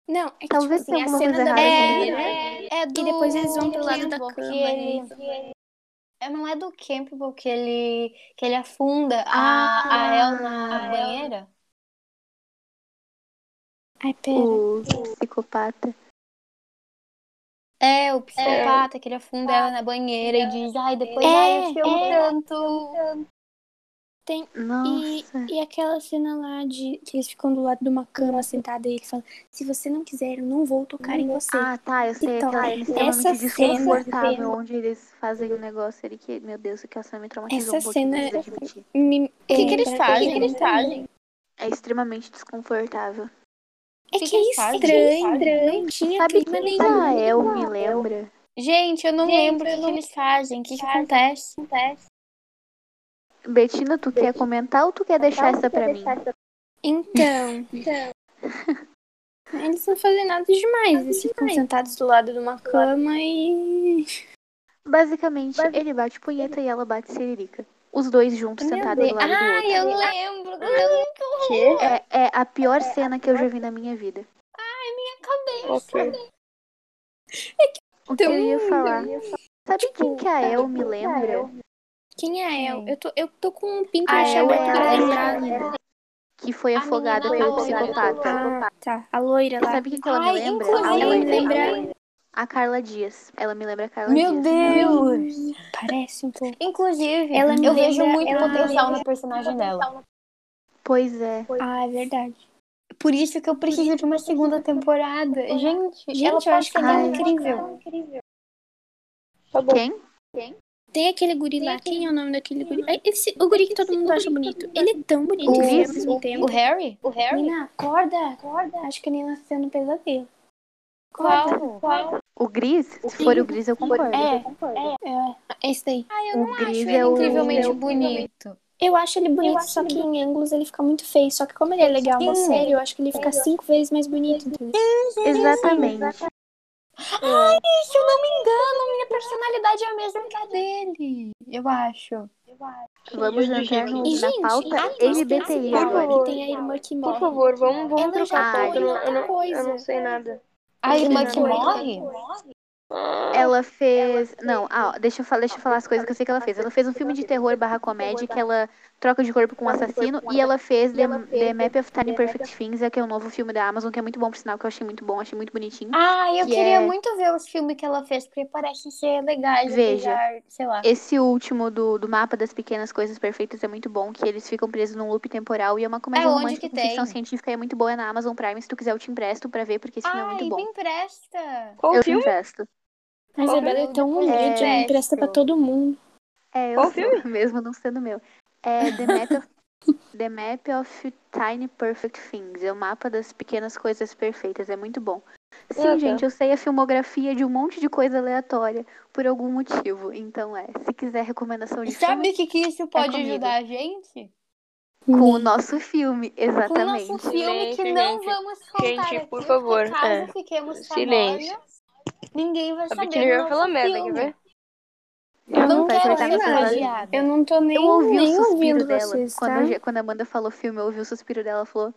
E: Não, é que
A: Talvez
E: tipo
A: tenha
E: assim, a
A: alguma
E: cena
A: coisa
E: da
A: errada
E: banheira.
A: comigo.
D: É do.
E: depois eles vão pro lado da
D: Campbell, que
E: cama,
D: ele- É, não é do Campbell que ele, que ele afunda a, a El na banheira?
E: Ai, pera.
A: O psicopata.
D: É, o psicopata que ele afunda ela na banheira e diz, ai, depois um
E: É,
D: ai, eu te amo
E: é.
D: tanto.
E: E,
A: Nossa.
E: e aquela cena lá de que eles ficam do lado de uma cama sentada e ele fala: Se você não quiser, eu não vou tocar em você.
A: Ah, tá, eu sei
E: Então,
A: aquela cena
E: essa
A: extremamente
E: cena- é
A: desconfortável onde eles fazem o negócio ali que, meu Deus, aquela cena me traumatizou
E: Essa
A: um pouquinho.
E: cena- é
A: mas eu admiti.
E: Me-
J: O que,
E: é,
J: que eles
E: pra-
J: fazem?
E: que que eles fazem?
A: É extremamente desconfortável.
E: É
J: que
E: que,
J: eles
E: é
J: fazem?
E: estranho. Não tinha
A: Sabe Ah, é,
E: clima
A: quem
E: nenhum.
A: da El me lembra?
J: Gente, eu não lembro o que, que eles fazem. O que, que acontece?
A: Betina, tu quer comentar ou tu quer deixar essa pra mim?
E: Então. Eles não fazem nada demais. Eles ficam sentados do lado de uma cama e.
A: Basicamente, ele bate punheta e ela bate siririca. Os dois juntos, sentados do lado do
J: Ai,
A: outro.
J: eu lembro.
A: É, é a pior cena que eu já vi na minha vida.
B: Ok.
A: O que eu ia
E: Então,
A: falar? Tipo, Sabe quem que a El me lembra?
E: Quem é El? Eu tô, eu tô com um pinto
A: A
E: na
A: El é
E: chapa pra
A: a
E: lembrar.
A: menina que foi
D: menina
A: afogada pelo
D: loira.
A: psicopata.
E: Ah, tá. A loira lá.
A: Sabe o que, que ela me
D: Ai,
A: lembra?
D: inclusive,
A: Ela
E: Ela me
A: me
E: lembra.
A: A Carla Dias. Ela me lembra a Carla
D: Meu
A: Dias.
D: Deus!
E: Parece um pouco.
D: Inclusive,
E: Ela me
D: eu vejo
E: lembra-
D: muito
E: ela me
D: potencial
E: lembra-
D: no personagem dela.
A: Pois é.
E: Ah, é verdade.
D: Por isso que eu preciso de uma segunda temporada. Gente,
E: Gente,
D: ela
E: eu
D: pode
E: acho que
D: ser
A: ela é
D: incrível.
B: Tá bom.
A: Quem?
E: Tem aquele guri lá. Quem é o nome daquele guri? Ai, esse- o guri que todo mundo acha bonito. Ele é tão bonito
A: O-
E: assim, ao mesmo
D: O
E: tempo.
D: Harry? O Harry?
E: Nina, acorda. acorda. Acho que a Nina tá tendo um pesadelo.
D: Qual?
A: O Gris? Se for o Gris, eu concordo.
D: É,
E: É esse daí.
A: o Gris
D: acho
A: é
D: ele
A: o...
D: incrivelmente bonito.
E: Eu acho ele bonito,
K: acho
E: só
K: ele
E: que em ângulos ele fica muito feio. Só que como ele é legal na
D: Sim.
E: série, eu acho que ele fica cinco vezes mais bonito. entendeu?
A: Exatamente.
D: Se eu não me engano, minha personalidade é a mesma que a dele. Eu acho.
A: Vamos
B: Gente,
A: entrar no,
E: E,
A: na
E: gente,
A: pauta
E: a atriz
A: LBTI
E: principal
B: por
A: agora.
B: favor.
E: que tem a irmã que morre.
B: Por favor, vamos, vamos
E: Ela
B: trocar
E: já
B: pauta. Eu não,
E: foi
B: eu, não,
E: outra
B: eu não
E: coisa.
B: sei nada.
D: A irmã
B: Sim,
D: que
B: né?
D: morre?
B: Ah,
A: Ela fez. Não, ah, ó, deixa, eu falar, deixa eu falar as coisas que eu sei que ela fez. Ela fez um filme de terror barra comédia que ela troca de corpo com um assassino. E ela fez The, The Map of Tiny Perfect Things, que é um novo filme da Amazon, que é muito bom, por sinal, que eu achei muito bom, achei muito bonitinho.
D: Ah, eu
A: Que
D: queria
A: é-
D: muito ver os filmes que ela fez, porque parece ser legais.
A: Veja.
D: apesar- Sei lá.
A: Esse último do, do mapa das pequenas coisas perfeitas é muito bom, que eles ficam presos num loop temporal e é uma comédia
D: É onde
A: romântica
D: que
A: com ficção
D: tem?
A: científica e é muito boa é na Amazon Prime. Se tu quiser, eu te empresto pra ver, porque esse filme é
D: Ai,
A: muito
D: me
A: bom.
D: empresta.
B: Qual
A: Eu te
B: filme?
A: empresto.
E: A Isabela é tipo, tão humilde, ela empresta pra todo mundo.
A: É, eu
B: Qual
A: sou, mesmo não sendo meu. É The Map, of, The Map of Tiny Perfect Things. É o mapa das pequenas coisas perfeitas. É muito bom. Sim,
B: Ah, tá.
A: gente, eu sei a filmografia de um monte de coisa aleatória por algum motivo. Então é, se quiser recomendação de
D: E sabe
A: filme, é
D: o que, que isso é pode
A: comigo.
D: ajudar a gente?
A: com o nosso filme,
D: Com o nosso
A: exatamente.
D: filme que
B: Gente,
D: não
B: gente.
D: vamos contar
B: Gente,
D: aqui,
B: por favor,
D: porque caso
B: é.
D: fiquemos
B: Silêncio.
D: famosas, ninguém vai
B: A
D: saber
B: Betina
D: do
B: já
D: nosso
B: falou merda, quer
D: filme.
B: ver?
E: Eu não
A: Vai
E: quero
A: cortar com
E: ver nada.
B: né,
A: aquela
D: piada.
E: Eu não tô nem,
A: Eu ouvi
E: nem
A: o suspiro
E: ouvindo
A: dela.
E: vocês, tá?
A: quando, eu- quando a Amanda falou filme, eu ouvi o suspiro dela, ela falou.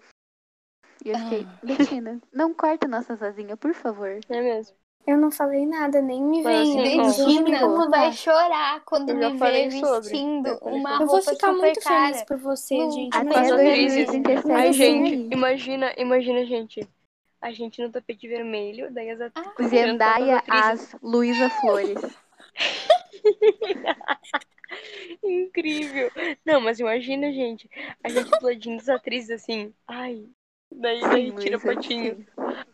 A: E eu fiquei, Betina, não corta nossa sozinha, por favor.
B: É mesmo.
E: Eu não falei nada, nem me
B: Mas, assim,
E: vem. nem
B: ó,
E: me
D: Betina, tu
E: conta.
D: vai chorar quando
B: Eu já
D: me ver
B: falei sobre.
D: vestindo
B: Eu falei
D: uma
B: sobre.
E: Eu vou
D: roupa
E: ficar
D: super
E: muito
D: cara.
E: feliz por você,
D: Não,
E: gente. um
A: Até
E: mas
B: as
E: eu-
B: atrizes.
A: 2037
E: Mas
B: Ai,
E: assim,
B: gente,
A: aí.
B: imagina, imagina, gente. A gente no tapete vermelho, daí as atrizes.
A: Zendaya as Luísa Flores.
B: Incrível. Não, mas imagina, gente. A gente explodindo as atrizes assim. Ai. Daí, daí
A: Sim,
B: tira
A: Luísa,
B: patinho.
A: sim.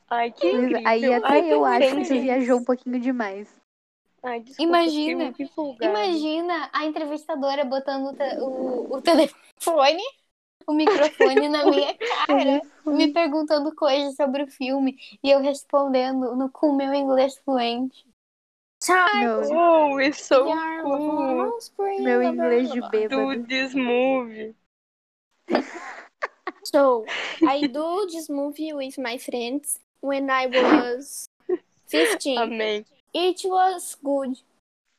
B: Ai, que
A: Luísa,
B: incrível.
A: aí
B: Ai, tá
A: até eu acho que tu
B: gente.
A: viajou um pouquinho demais.
B: Ai, desculpa.
D: Imagina,
B: fiquei muito
D: É.
B: empolgada.
D: Imagina a entrevistadora botando o, te- o- o telefone, o microfone na minha cara, me perguntando coisas sobre o filme e eu respondendo no, com o meu inglês fluente.
A: Meu,
B: Wow, it's so
E: Yarn,
B: cool.
E: vamos por aí,
A: meu
E: blá, blá,
A: inglês
E: blá,
A: de
E: blá.
A: bêbado.
B: Do this movie.
E: So, I do this movie with my friends when I was 15.
B: Amém.
E: It was good,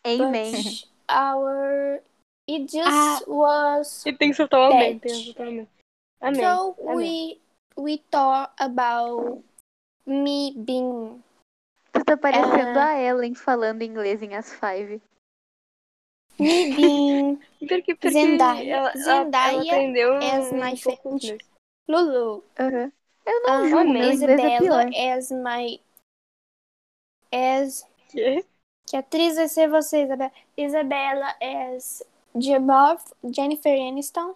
A: Amen.
E: but our it just
D: Ah.
E: was
B: E tem que soltar um amém.
E: Pet.
B: Tem que soltar um amém. Amém.
E: so
B: amém.
E: we we thought about me being
A: Tu tá parecendo
E: Ah.
A: a Ellen falando inglês em As Five.
E: me being
B: Porque, porque
E: Zendaya.
B: Ela, ela- ela
E: Zendaya é
B: aprendeu
E: as
B: um
E: my
B: pouco
E: friend.
B: inglês.
E: Lulu.
A: Aham. Eu não
E: Ah,
A: julgo, meu inglês é pior.
E: Isabella as my as
B: Quê?
E: que atriz vai ser você, Isabela? Isabela as Jeboff, Jennifer Aniston.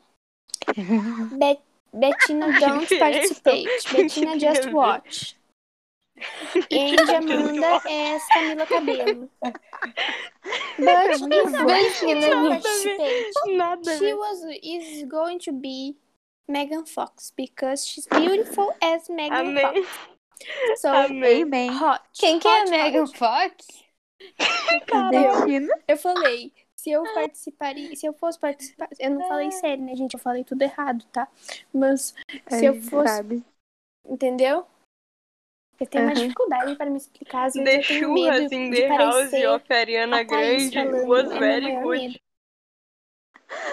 E: Be- Bettina don't
B: Jennifer Aniston.
E: participate. Bettina just
B: Meu
E: watch. And Amanda as Camila Cabello. But Isabel
D: Imagina,
E: don't participate.
B: Nada. né? a
E: She
B: ver.
E: was is going to be Megan Fox because she's beautiful as Megan
B: Amém.
E: Fox. So
B: Amém.
A: Amen.
E: hot.
D: quem que é a
E: hot,
D: Megan
E: hot.
D: Fox?
A: Betina.
E: Eu falei, se eu participaria, se eu fosse participar, eu não falei sério, né, gente? Eu falei tudo errado, tá? Mas se eu
A: Ai,
E: fosse,
A: Sabe.
E: entendeu? Eu tenho uma
A: Aham.
E: dificuldade para me explicar, às vezes
B: The
E: eu tenho medo
B: Churras in the
E: de
B: assim, House
E: parecer
B: of Ariana
E: a Thaís
B: Grande
E: falando,
B: was
E: é meu
B: very
E: maior
B: good.
E: medo.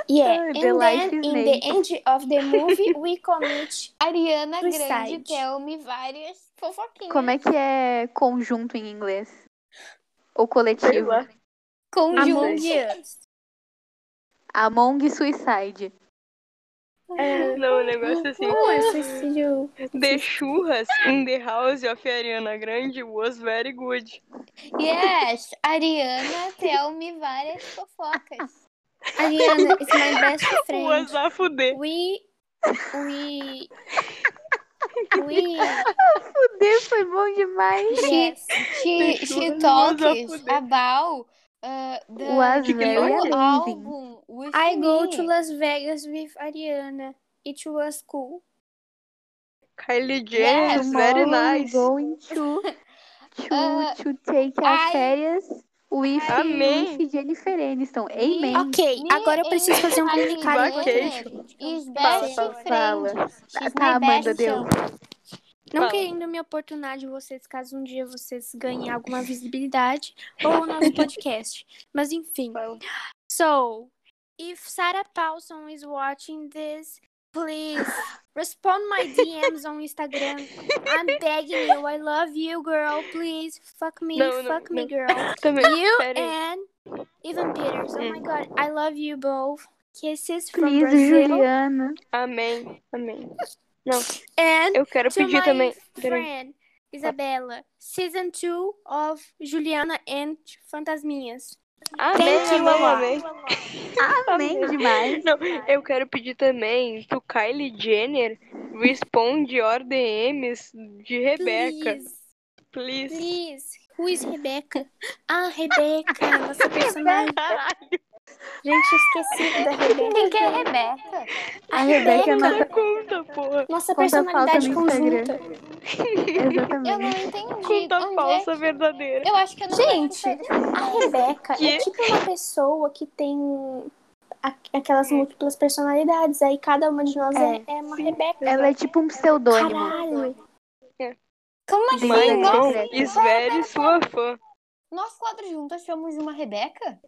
E: Yeah,
A: Ai,
E: and
A: The Life
E: then
A: is
E: in the
A: Nice.
E: end of the movie we commit
D: Ariana Grande,
E: Suicide.
D: Thelmy, várias fofoquinhas.
A: Como é que é conjunto em inglês? Ou
B: Sei
A: coletivo?
B: lá.
D: Conjunto.
E: among us.
A: Among Suicide.
E: É,
B: Não, o negócio é assim.
E: não é suicídio.
B: The Churras in the House of Ariana Grande was very good.
D: Yes, Ariana, Thelmy, várias fofocas.
E: Ariana is my best friend.
B: Was a fuder.
E: We we we
A: Fudeu, foi bom demais.
E: yes.
D: She,
B: Deixa
D: she
B: eu
D: talks
B: usar poder.
D: about uh, the
A: Was
D: new
A: very amazing.
D: album with
E: I go
D: me.
E: to Las Vegas with Ariana. It was cool.
B: Kylie
D: Yes.
B: Jenner is very
A: Tomorrow I'm
B: nice.
E: Ah,
A: going to, to,
D: Uh,
A: to take a
D: I-
A: férias O If,
B: Amém.
A: if Jennifer Aniston. Amen.
E: Ok, agora eu preciso fazer um publicário
B: Vai, queijo.
D: Is best
E: Fala,
D: friend.
A: fala.
D: She's
A: Tá,
D: my best
A: Amanda, deu.
D: friend.
E: Não
B: Fala.
E: querendo me oportunar de vocês, caso um dia vocês ganhem alguma visibilidade ou o nosso podcast. Mas enfim.
B: Fala.
E: So, if Sarah Paulson is watching this, please respond my DMs on Instagram. I'm begging you. I love you, girl. Please fuck me,
B: Não, não,
E: fuck me,
B: não.
E: girl.
B: Também.
E: You
B: Pera aí. É.
E: and even Peters. Oh my god, I love you both. Kisses from
A: Please,
E: Brazil.
A: Juliana.
B: Amém. Amém.
E: And
B: Eu quero
E: to
B: pedir
E: my
B: também. Peraí.
E: friend Isabella, season two of Juliana and Fantasminhas.
B: Amém,
E: Thank you,
B: amém,
E: Lala.
B: amém.
A: Amém demais.
B: Não, eu quero pedir também que o Kylie Jenner responde ODMs de Rebeca. Please.
E: Please, please. Who is Rebeca? Ah, Rebeca, a nossa personagem.
B: Caralho,
E: Gente, esqueci da Rebeca.
D: Quem que é Rebeca?
A: A Rebeca é nossa
B: conta, porra.
E: Nossa
A: Conta a
E: personalidade
A: falta no
E: conjunta.
A: Instagram.
D: Eu não
A: Exatamente.
D: entendi.
B: Conta
D: Onde
B: falsa
D: é que-
B: verdadeira.
D: Eu acho que eu não
E: Gente,
D: entendi.
E: A Rebeca
B: Que?
E: é tipo uma pessoa que tem a- aquelas múltiplas personalidades. Aí cada uma de nós é, é uma Rebeca.
A: Ela é tipo um pseudônimo.
E: Caralho.
D: Como assim?
B: Mãe,
A: Não,
B: não,
A: Rebeca.
B: esvere sua fã.
D: Nós quatro juntas somos uma Rebeca?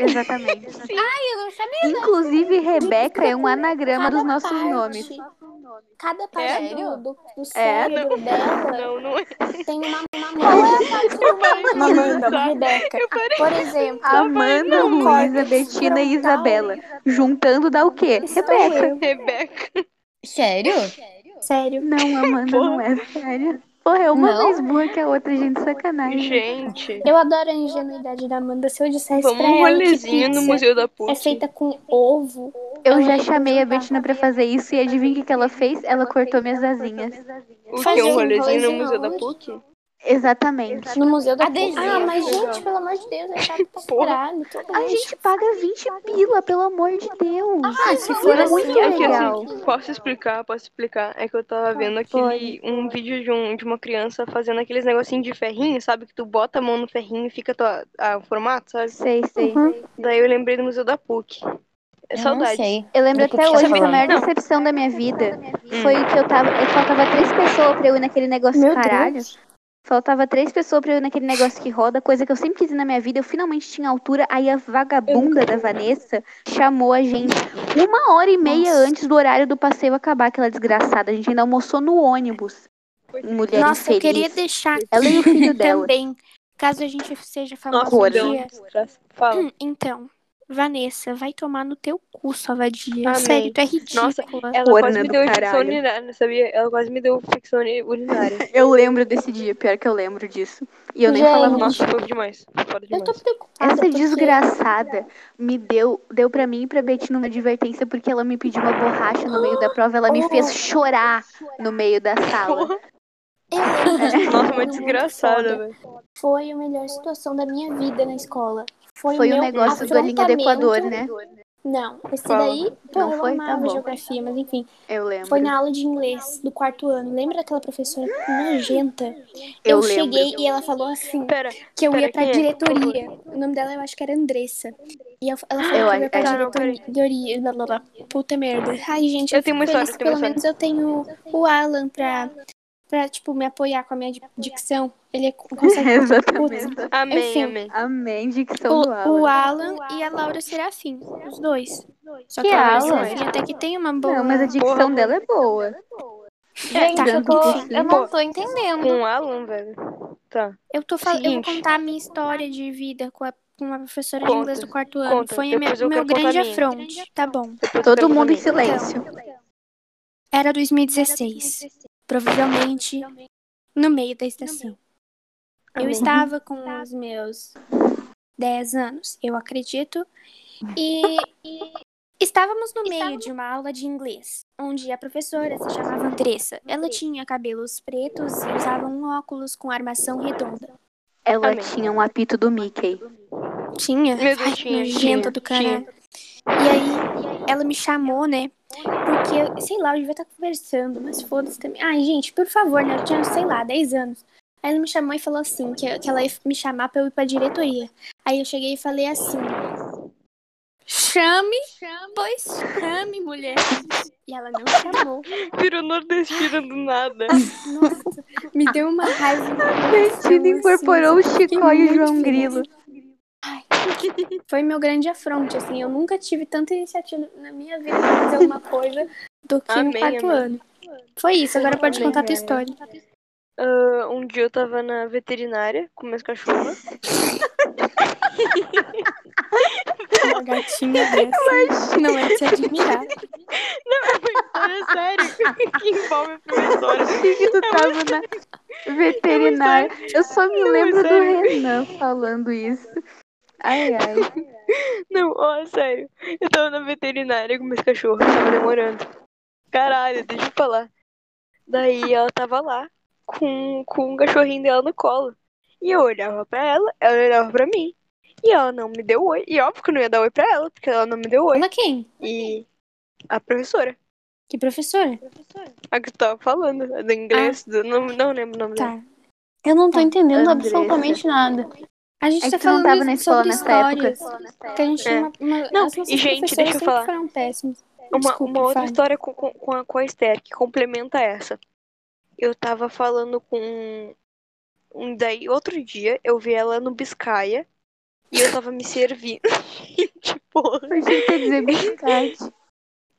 A: Exatamente.
D: Ai, eu não sabia.
A: Inclusive, Rebeca é um anagrama dos
E: Cada
A: nossos
E: parte-
A: nomes. É.
E: Cada parte do,
D: Sério?
E: do, do cérebro dela
B: Não, não é.
E: tem uma, uma
D: Qual é
E: mão.
D: a parte do meio?
E: Uma mão da Rebeca.
B: Eu parei.
E: Por exemplo,
A: Amanda,
E: não,
A: Luísa,
E: córtex
A: Betina e
E: frontal.
A: Isabela. Juntando dá o quê?
E: sou
A: Rebeca.
E: eu.
B: Rebeca.
D: Sério?
E: Sério.
A: Não, Amanda, não é sério. Porra, é uma
D: Não?
A: mais burra que a outra, é gente, sacanagem.
B: Gente,
E: Eu adoro a ingenuidade da Amanda. Se eu dissesse
B: vamos
E: pra
B: um
E: ela que
B: rolezinho no
E: pizza
B: Museu da
E: é
B: PUC.
E: feita com ovo,
A: Eu
E: Ela
A: já
E: ia
A: chamei a
E: perguntar.
A: Betina pra fazer isso e adivinha o que que ela fez? Ela cortou minhas asinhas.
B: O que
E: Fazer
B: é um
E: um
B: rolezinho no
E: rolezinho
B: Museu da
E: aonde?
B: PUC?
A: Exatamente.
E: no Museu da
D: Adesivo.
E: Puc. Ah, mas
B: Legal.
E: gente, pelo amor de Deus, é chato pra
B: Porra.
E: caralho. Todo
A: A
E: mundo.
A: gente paga 20 pila, pelo amor de Deus.
E: Ah, se
A: Isso
E: for
A: é
E: assim,
A: muito
B: É que
A: legal.
B: assim, posso explicar, posso explicar. É que eu tava vendo aquele um vídeo de, um, de uma criança fazendo aqueles negocinhos de ferrinho, sabe? Que tu bota a mão no ferrinho e fica tua- a- o formato, sabe?
A: Sei, sei.
B: Daí eu lembrei do Museu da PUC. É
D: Eu não
B: saudade.
D: sei.
A: Eu lembro
D: Do que
A: até
D: que você
A: hoje,
D: tá
A: foi a
D: falando.
A: maior
B: Não.
A: decepção da minha vida. Foi que eu tava. Eu faltava três pessoas pra eu ir naquele negócio.
E: Meu
A: caralho.
E: Deus.
A: Faltava três pessoas pra eu ir naquele negócio que roda, coisa que eu sempre quis ir na minha vida. Eu finalmente tinha altura. Aí a vagabunda da Vanessa chamou a gente uma hora e meia antes do horário do passeio acabar, aquela desgraçada. A gente ainda almoçou no ônibus. Mulher
E: Nossa, eu
A: infeliz.
E: queria deixar aqui
A: Ela e o filho dela.
E: também, caso a gente seja famoso
B: Nossa,
E: um
A: Horror.
E: dia.
B: então, fala.
E: Hum, Então, Vanessa, vai tomar no teu cu, sua vadia.
B: Amei.
E: Sério, tu é ridícula.
B: Nossa, ela
A: Corna
B: quase me
A: do
B: deu infecção
A: caralho.
B: urinária, sabia? Ela quase me deu infecção uri- urinária.
A: Eu lembro desse dia, pior que eu lembro disso. E eu nem
E: Gente.
A: falava
B: Nossa, foi demais. Foda
E: eu
B: demais.
E: tô preocupada.
A: Essa
E: porque-
A: desgraçada me deu, deu para mim e pra Betina uma advertência porque ela me pediu uma borracha no meio da prova, ela me fez chorar no meio da sala.
E: Eu lembro de um
B: Nossa, uma
E: muito
B: desgraçada,
E: foda.
B: velho.
E: Foi a melhor situação da minha vida na escola. Foi,
A: Foi
E: o
A: o
E: um meu
A: negócio da linha do Equador,
E: afrontamento-
A: né?
E: Não, esse
B: Fala.
E: daí, pô,
A: Não
E: eu
A: foi? Tá
E: amava
A: bom.
E: geografia, mas enfim.
A: Eu lembro.
E: Foi na aula de inglês do quarto ano. Lembra daquela professora nojenta?
A: Eu lembro.
E: cheguei e ela falou assim,
B: Pera,
E: que eu
B: Pera,
E: ia pra
B: quem é?
E: diretoria. O nome dela eu acho que era Andressa. E eu- ela falou
A: Eu
E: que eu ia
A: acho-
E: pra
A: tá,
B: não, peraí.
E: diretoria. Blá, blá, blá. Puta merda. Ai, gente,
B: Eu tenho
E: eu, fico
B: uma história,
E: feliz
B: eu
E: que
B: tenho
E: pelo
B: uma
E: menos eu tenho o Alan pra, pra tipo, me apoiar com a minha di- dicção. Ele é- consegue...
A: Exatamente.
B: amém,
E: Enfim.
B: amém.
A: Amém, dicção
E: O,
A: do
E: o
A: Alan.
E: Alan e a Laura Serafim, os dois. Só que,
A: Que
E: a Laura
A: Alan?
E: Serafim até que tem uma boa.
A: Não, mas a dicção
B: Porra.
A: dela é boa.
D: Gente,
E: tá.
D: eu, tô, eu não tô entendendo.
B: Com o Alan, velho. Tá.
E: Eu tô falando, eu vou
B: Seguinte.
E: contar a minha história de vida com a, com a professora
B: Conta,
E: de inglês do quarto ano.
B: conta.
E: Foi a minha-
B: Depois eu
E: meu
B: quero contar
E: grande
B: a minha.
E: afronte. Tá bom.
B: Depois eu
A: Todo
B: pergunto
A: mundo
B: a
A: em
B: mim.
A: silêncio.
E: Era 2016. Provavelmente no meio da estação. Eu
B: Amém.
E: estava com os meus 10 anos, eu acredito. E, e estávamos no meio de uma aula de inglês, onde a professora se chamava Andressa. Ela tinha cabelos pretos e usava um óculos com armação redonda.
A: Ela
B: Amém.
A: tinha um apito do Mickey.
E: Tinha?
B: Meu Deus,
E: Ai,
B: tinha,
E: nojenta
B: tinha,
E: do caralho. E aí, ela me chamou, né? Porque, eu- sei lá, eu devia estar conversando, mas foda-se também. Ai, gente, por favor, né? Eu tinha, sei lá, 10 anos. Aí ela me chamou e falou assim, que, que ela ia me chamar pra eu ir pra diretoria. Aí eu cheguei e falei assim, chame, pois chame, mulher. E ela não chamou.
B: Virou nordestina do nada.
E: Nossa, me deu uma raiva. Então, assim,
A: Cristina incorporou o Chicó e o
E: muito
A: João
E: feliz.
A: Grilo.
E: Foi meu grande afronte, assim. Eu nunca tive tanta iniciativa na minha vida pra fazer uma coisa do que no
B: Amém,
E: quarto
B: amém.
E: ano. Foi isso, agora pode
B: Amém,
E: contar a tua
B: amém.
E: história.
B: Ah, um dia eu tava na veterinária com meus cachorros.
E: Uma gatinha dessa não é de se admirar.
B: Olha, é sério. que envolve a primeira história.
A: Achei que tu tava na veterinária. Eu só me lembro do
B: sério.
A: Renan falando isso. Ai, ai.
B: Não, ó, é sério. Eu tava na veterinária com meus cachorros, tava demorando. Caralho, deixa eu falar. Daí ela tava lá, com, com o cachorrinho dela no colo. E eu olhava pra ela, ela olhava pra mim. E ela não me deu oi. E óbvio que eu não ia dar oi pra ela, porque ela não me deu oi.
E: Ela quem?
B: E a professora,
E: Que professora?
B: a que tu tava falando, a do inglês, do, não, não lembro o nome
E: Tá.
B: dela.
C: Eu não tô
B: Tá.
C: entendendo
A: Andressa.
C: absolutamente nada.
E: A gente
A: É
E: tá
A: que tu não
E: falando
A: tava na escola
E: sobre
A: nessa
E: histórias.
A: época.
E: Que a gente
B: É.
E: tinha uma, uma,
B: Não,
E: as nossas
B: e, gente,
E: professoras
B: deixa eu
E: sempre
B: falar.
E: foram péssimas.
B: Uma,
E: Desculpa,
B: uma outra
E: fala.
B: história com, com, com a, com a Esther, que complementa essa. Eu tava falando com. um- Daí, outro dia, eu vi ela no Biscaia e eu tava me servindo. tipo,
A: Eu achei que ia dizer biscate.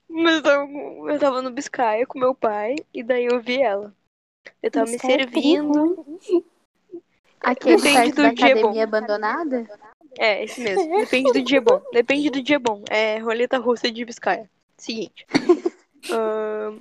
B: mas eu, tava com- eu tava no Biscaia com meu pai e daí eu vi ela. Eu tava
E: Biscaia é
B: tá me servindo.
A: Aquele
B: Depende
A: site
B: do
A: é da
B: dia, bom.
A: academia abandonada?
B: É, esse mesmo. Depende do dia bom. Depende do dia bom. É roleta russa de Biscaia. Seguinte. Ahn,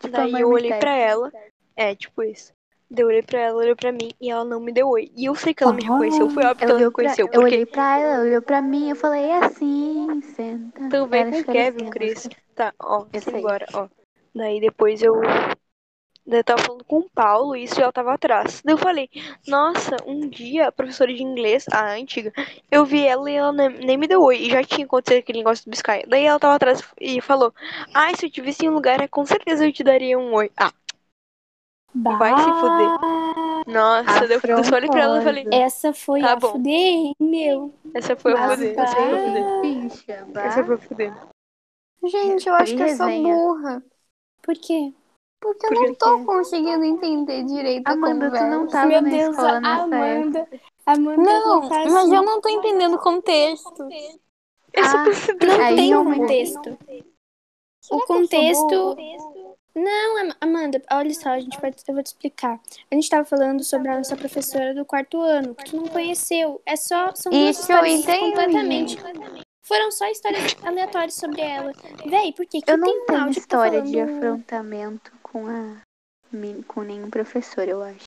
A: Tipo, a
B: daí eu olhei
A: marmitex.
B: pra ela. É, tipo isso. Daí eu olhei pra ela, olhou pra mim e ela não me deu oi. E eu sei que ela me reconheceu. Foi óbvio que
A: Ela
B: ela
A: olhou pra,
B: reconheceu.
A: eu
B: porque
A: olhei pra ela, ela olhou pra mim, eu falei, é assim, senta.
B: Então vem
A: Ela
B: com o Kevin,
A: esclarecendo.
B: Cris. Tá, ó,
A: Eu sei.
B: simbora, ó. Daí depois eu. Daí eu tava falando com o Paulo isso e ela tava atrás. Daí eu falei, nossa, um dia a professora de inglês, a antiga, eu vi ela e ela nem, nem me deu oi. E já tinha acontecido aquele negócio do Biscay. Daí ela tava atrás e falou, ai, se eu te visse em um lugar, com certeza eu te daria um oi. Ah, vai se fuder. Nossa, daí eu eu só olhei pra ela e falei,
A: Afrontosa.
E: Essa foi
B: Tá
E: a
B: bom.
E: fuder, hein, meu.
B: essa foi a
A: Mas
B: fuder, essa foi a
A: vai,
B: fuder.
A: bicha, vai.
B: Essa foi a fuder.
D: Gente, eu acho que eu sou
A: Resenha.
D: burra.
E: Por quê?
D: Porque eu
B: Por
D: não tô conseguindo entender direito
A: Amanda,
D: a
A: tu
D: conversa.
A: não
B: tá
A: tava
E: meu
A: na
E: Deus,
A: escola
E: a
A: nessa época.
E: Amanda. Amanda
D: Não,
E: tá
D: mas
E: assim.
D: eu não tô entendendo o contexto.
B: Eu só
A: Ah,
B: pensei,
E: Não
A: Aí
E: tem um
A: realmente-
E: contexto.
D: eu
E: O
D: sou
E: contexto.
D: burra?
E: Não, Am- Amanda, olha só, a gente vai, eu vou te explicar. A gente tava falando sobre a nossa professora do quarto ano, que tu não conheceu. É só. São duas
D: Isso eu
E: histórias
D: entendi.
E: completamente. Foram só histórias aleatórias sobre ela. Véi, por que que
A: Eu
E: tem
A: não
E: um
A: tenho
E: áudio que tá
A: história de
E: falando-
A: afrontamento com a min- com nenhum professor, eu acho.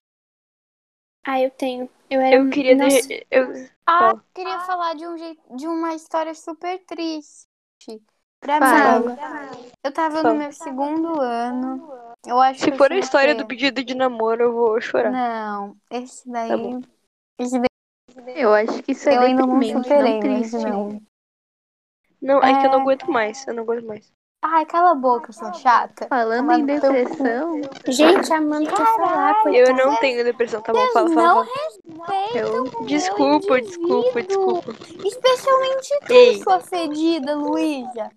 E: Ah, eu tenho. Eu era. um
B: eu queria.
E: Nossa,
B: de- Eu,
D: Ah,
B: Fala.
D: queria falar de um jeito, de uma história super triste. Pra
A: Fala.
D: mim, eu tava
B: Fala.
D: no meu segundo ano. Eu acho
B: Se
D: que eu
B: for a
D: tinha
B: história
D: que-
B: do pedido de namoro, eu vou chorar.
D: Não, esse daí.
B: Tá bom.
D: esse daí
A: Eu acho que isso é
D: eu ainda não né,
A: deprimente,
D: superei,
A: não
D: mas
A: triste.
D: não.
B: Não, é que eu não
D: É.
B: aguento mais. Eu não aguento mais.
D: Ai, cala a boca, sua chata.
A: Falando
D: Tomar
A: em
D: no teu cu.
A: depressão,
E: Gente, a Amanda quer falar,
B: Eu
E: coitada.
B: não tenho depressão, tá bom? Fala,
D: é não é
B: fala, fala.
A: eu
B: Desculpa, desculpa, desculpa.
D: Especialmente
B: Ei,
D: tu, sua fedida, Luísa.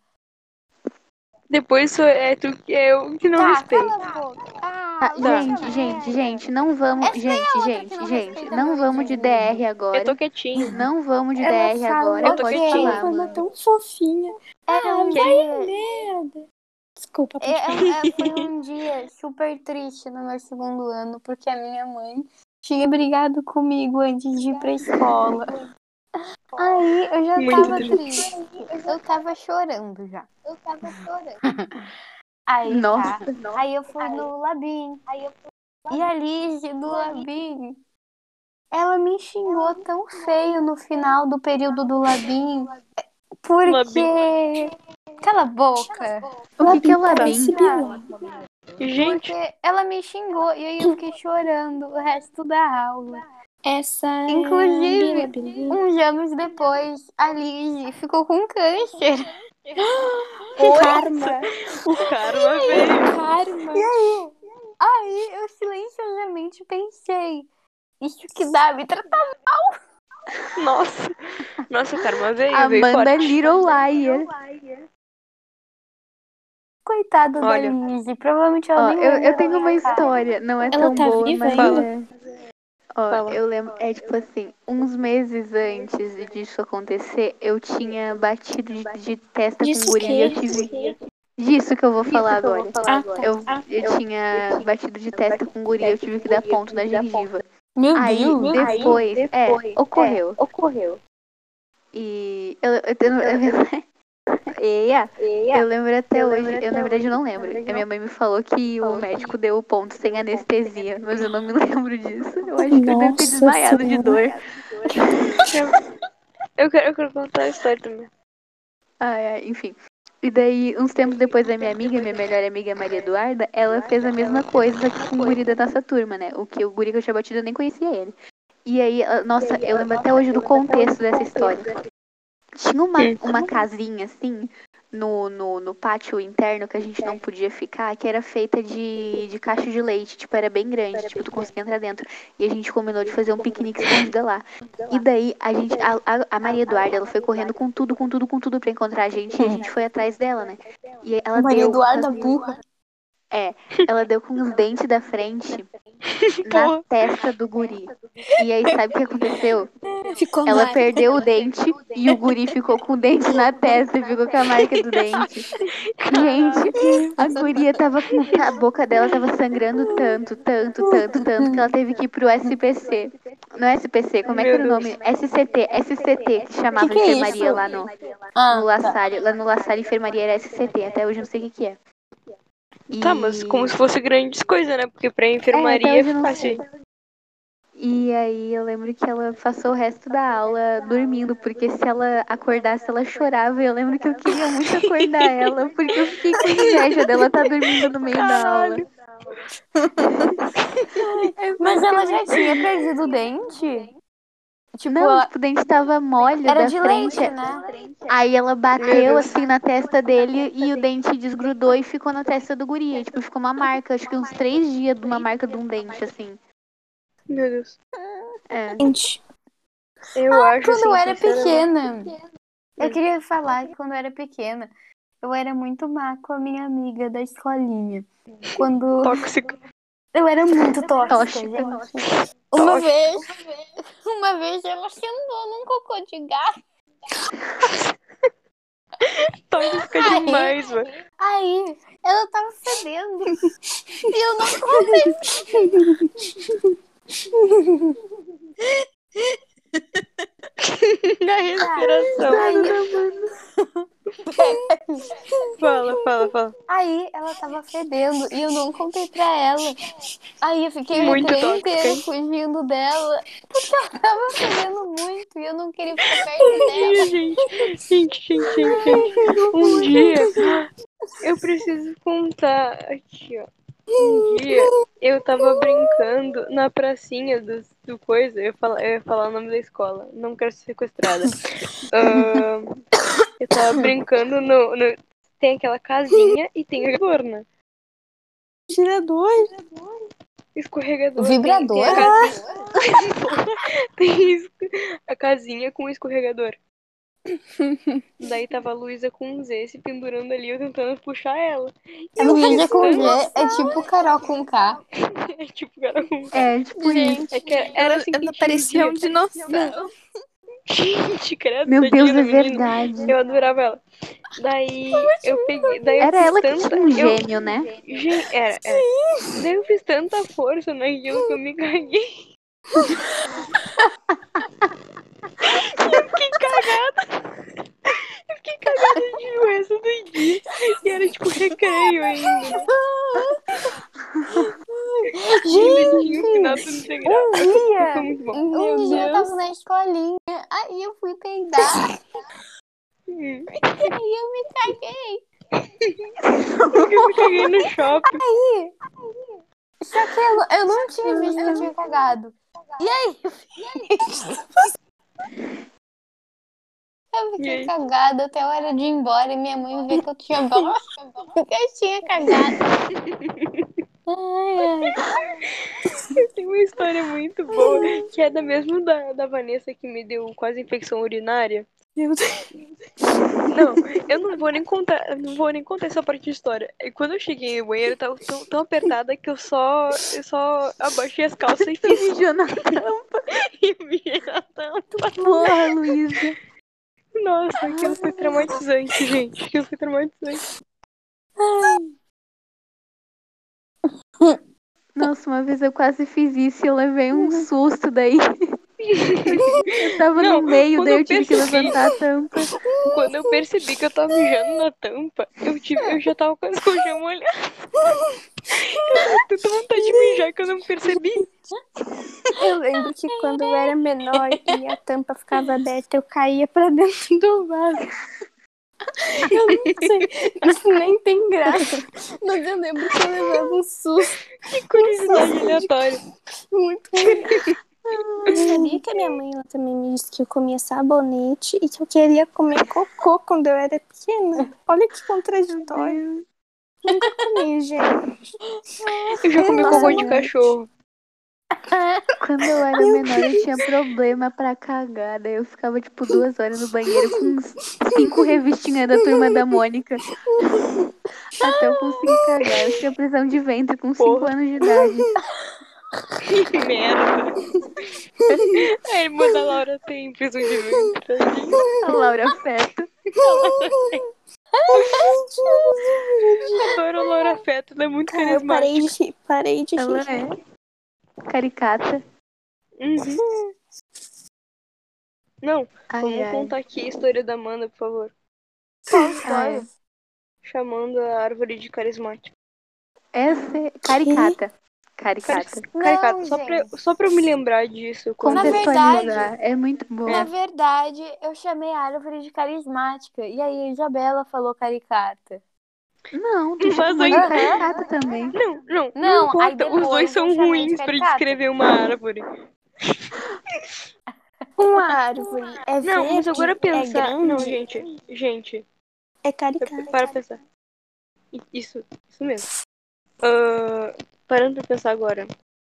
B: depois sou- é tu que é eu que não
D: Tá,
B: respeito.
D: cala a boca. Ah,
A: Ah,
B: Tá.
A: gente, gente, gente, não vamos,
D: Essa é
A: gente,
D: outra que
A: gente,
D: não
A: gente,
D: respeita
A: não
D: meu
A: vamos de
D: dinheiro.
A: DR
B: Eu
A: agora.
B: tô quietinho.
A: Não vamos de
E: Ela
A: DR
E: falou
A: agora.
B: Eu tô
A: Pode
B: quietinha.
A: falar,
E: Ela falou
A: mano.
E: tão fofinha.
D: Era um dia,
E: Desculpa,
D: é- é- é- foi um dia super triste no meu segundo ano, porque a minha mãe tinha brigado comigo antes de ir pra escola. Aí eu já
B: Muito
D: tava
B: triste.
D: triste. Eu tava chorando já. Eu tava chorando. Aí,
A: Nossa,
D: tá. Aí eu fui no Labim. E a Liz do Labim, ela me xingou tão feio no final do período do Labim. Porque. Cala a boca.
A: o que que é labim?
E: parece Bilal.
B: Gente,
D: Porque ela me xingou e aí eu fiquei chorando o resto da aula.
E: Essa. é
D: Inclusive,
E: Bila, Bila, Bila.
D: Uns anos depois, a Liz ficou com câncer.
E: Karma.
B: o karma veio.
E: Karma.
D: Aí eu silenciosamente pensei, isso que dá me tratar.
B: Nossa. Nossa, cara, uma vez eu vi
A: Amanda
B: forte.
A: Little Liar.
D: Coitada da
B: Olha.
D: Lizzie, provavelmente ela
A: Ó,
D: nem
A: eu,
D: lembra
A: eu tenho uma
D: dessa cara.
A: história, não é
E: Ela
A: tão
E: tá
A: boa,
E: viva
A: mas
B: ainda?
A: é. Ó,
B: Fala.
A: eu lembro, é tipo assim, uns meses antes disso acontecer, eu tinha batido de, de testa
E: Disso
A: com guria e eu tive. Disso que eu vou falar agora.
E: Ah, tá.
A: Eu, eu tinha batido de testa com guria, eu tive que dar ponto na gengiva.
D: Meu
A: Aí
D: Deus.
A: depois, é, ocorreu. E eu, eu, tenho- eu- Eia, eu lembro até hoje, eu na verdade eu não lembro. A minha mãe me falou que o médico deu o ponto sem anestesia, mas eu não me lembro disso. Eu acho que eu devo ter
E: Nossa
A: desmaiado de dor.
B: Eu quero, eu quero contar a história também.
A: Ai, ai, enfim. E daí, uns tempos depois da minha amiga, minha melhor amiga Maria Eduarda, ela fez a mesma coisa só que com o guri da nossa turma, né? O que o guri que eu tinha batido eu nem conhecia ele. E aí, a- nossa, eu lembro até hoje do contexto dessa história. Tinha uma, uma casinha, assim, no, no, no pátio interno que a gente não podia ficar, que era feita de, de caixa de leite, tipo, era bem grande, tipo, tu conseguia entrar dentro. E a gente combinou de fazer um piquenique escondida lá. E daí a gente, a, a- a Maria Eduarda, ela foi correndo com tudo, com tudo, com tudo pra encontrar a gente. E a gente foi atrás dela, né? E ela
D: Maria
A: deu,
D: Eduarda burra.
A: ela deu com os dentes da frente na
B: Porra.
A: testa do guri. E aí sabe o que aconteceu?
E: Ficou
A: Ela
D: é?
E: mal.
A: perdeu o dente e o guri ficou com o dente na testa e ficou com a marca do dente. Gente, a guria tava com a boca dela tava sangrando tanto, tanto, tanto, tanto que ela teve que ir pro SPC. Não é SPC, como é que
B: Meu
A: era o nome? SCT, SCT que chamava
D: Que que é isso?
A: enfermaria lá no
D: Ah,
A: no
D: tá.
A: Laçalho. Lá no Laçalho, enfermaria era SCT. Até hoje eu não sei o que, que é. E...
B: Tá, mas como se fosse grandes coisas, né? Porque pra enfermaria
A: É, até
B: é
D: então,
A: hoje eu não
B: fácil.
A: E aí eu lembro que ela passou o resto da aula dormindo, porque se ela acordasse, ela chorava. E eu lembro que eu queria muito acordar ela, porque eu fiquei com inveja dela estar dormindo no meio da aula.
D: Mas ela já tinha perdido o dente? Tipo,
A: Não,
D: ela-
A: tipo, o dente tava mole
D: era
A: da
D: de
A: frente.
D: leite, né?
A: Aí ela bateu
B: Deus.
A: assim na testa dele e o dente desgrudou e ficou na testa do guri. E, tipo, ficou uma marca, acho que uns três dias de uma marca de um dente, assim.
B: Meu Deus.
A: É.
E: Gente,
B: Eu acho
D: Ah, Quando
B: assim,
D: eu era
B: sinceramente-
D: pequena. Eu queria falar que quando eu era pequena, eu era muito má com a minha amiga da escolinha. Quando
B: Tóxico.
D: eu era muito tóxica.
A: Tóxica.
D: gente. Uma vez, uma vez ela sentou num cocô de gato.
B: Tóxica é demais, velho.
D: Aí, ela tava fedendo. e eu não consegui.
B: Na respiração.
D: Aí,
B: Fala, fala, fala.
D: aí ela tava fedendo e eu não contei pra ela. Aí eu fiquei o
B: Muito
D: recreio
B: tóxica,
D: inteiro
B: hein?
D: fugindo dela. Porque ela tava fedendo muito e eu não queria ficar perto dela.
B: Ih, gente, gente, gente, gente, gente. Um dia eu preciso contar aqui, ó. Um dia eu tava brincando na pracinha do, do coisa, eu ia, falar, eu ia falar o nome da escola, não quero ser sequestrada. Ahn, eu tava brincando no, no- Tem aquela casinha e tem o né? forno.
E: tirador.
B: Escorregador.
D: Vibrador?
B: Tem, tem a casinha, Tem isso- a casinha com o escorregador. Daí tava a Luísa com um Z se pendurando ali, eu tentando puxar ela.
D: É Luísa com G é tipo Carol com K.
B: tipo, era um...
A: É, tipo isso.
B: É que era assim que
K: Ela parecia um dinossauro.
B: Gente, credo.
A: Meu
B: tadinha
A: Deus,
B: da
A: é
B: menina.
A: verdade. é
B: Eu adorava ela. Daí eu peguei. Daí eu
A: Era
B: fiz
A: ela que
B: tanta...
A: tinha um
B: eu-
A: gênio, né?
B: Gen- Era, era. é, Daí eu fiz tanta força naquilo que eu me caguei. eu fiquei cagada. Eu fiquei cagada de resto do dia. E era tipo recreio ainda. né? Gente, tinha o final do integral.
D: Um dia,
B: Foi muito bom.
D: um dia eu tava na escolinha, aí eu fui peidar,
B: Hum.
D: aí eu me caguei.
B: Porque eu me caguei no shopping.
D: Só que é eu, eu não tinha visto que eu tinha cagado. E aí? Eu
B: E
D: fiquei
B: aí?
D: cagada até a hora de ir embora e minha mãe viu que eu tinha bom. que eu tinha cagado.
B: Tem uma história muito boa, que é da mesma da, da Vanessa que me deu quase infecção urinária.
L: Meu
B: Não, eu não vou nem contar, eu não vou nem contar essa parte de história. E Quando eu cheguei no banheiro, eu tava tão, tão apertada que eu só, eu só abaixei as calças e fiz
A: Mijou na
B: e mijei na tampa.
A: porra, Luísa.
B: Nossa, aquilo foi traumatizante, gente. Aquilo foi traumatizante.
A: Nossa, uma vez eu quase fiz isso e eu levei um susto daí. Eu tava
B: Não,
A: no meio,
B: quando
A: daí eu
B: eu
A: tive que
B: percebi-
A: levantar a tampa.
B: Quando eu percebi que eu tava mijando na tampa, eu, tive, eu já tava com as coxas molhadas. Eu tava com tanta vontade de mijar que eu não percebi.
E: Eu lembro que quando eu era menor e a tampa ficava aberta, eu caía pra dentro do vaso. Eu não sei, isso nem tem graça. Mas eu lembro que eu levava um susto
B: Curiosidade aleatória.
E: muito grande. Eu sabia que a minha mãe ela também me disse que eu comia sabonete e que eu queria comer cocô quando eu era pequena. Olha que contraditório. Nunca comi, gente.
B: Eu já comi cocô de cachorro.
A: Quando eu era menor, eu tinha problema pra cagar. Daí eu ficava, tipo, duas horas no banheiro com uns cinco revistinhas da turma da Mônica. Até eu conseguir cagar. Eu tinha prisão de ventre com cinco
B: Porra.
A: anos de idade.
B: Que merda. A irmã da Laura tem prisão de ventre. tadinha.
A: A Laura Feto.
B: Adoro a Laura Feto, ela é muito
E: Cara, eu
B: carismática.
E: parei de rir, parei de
A: Ela
E: rir.
A: é caricata.
B: Uhum. Não,
A: Ai,
B: vamos
A: ai.
B: contar aqui a história da Amanda, por favor.
A: Ai, ai.
B: Chamando a árvore de carismática.
A: Essa é caricata. Caricata.
B: Caricata, só pra,
D: gente.
B: só pra eu me lembrar disso. Quando...
D: Na
A: Contextualizar. É muito
D: Na
A: boa.
D: verdade, eu chamei a árvore de carismática. E aí a Isabela falou caricata.
A: Não, tu
B: Mas
A: chamou
B: aí-
A: de caricata também.
B: Não, não, não,
D: Não, aí
B: importa.
D: depois
B: Os dois
D: eu
B: são
D: chamei
B: ruins
D: de
B: pra
D: caricata.
B: descrever uma árvore.
E: Uma árvore é verde,
B: Não, mas agora
E: é
B: pensar.
E: grande,
B: não, gente, gente,
E: é caricata.
B: para pensar. I- Isso, isso mesmo. Ah, parando pra pensar agora.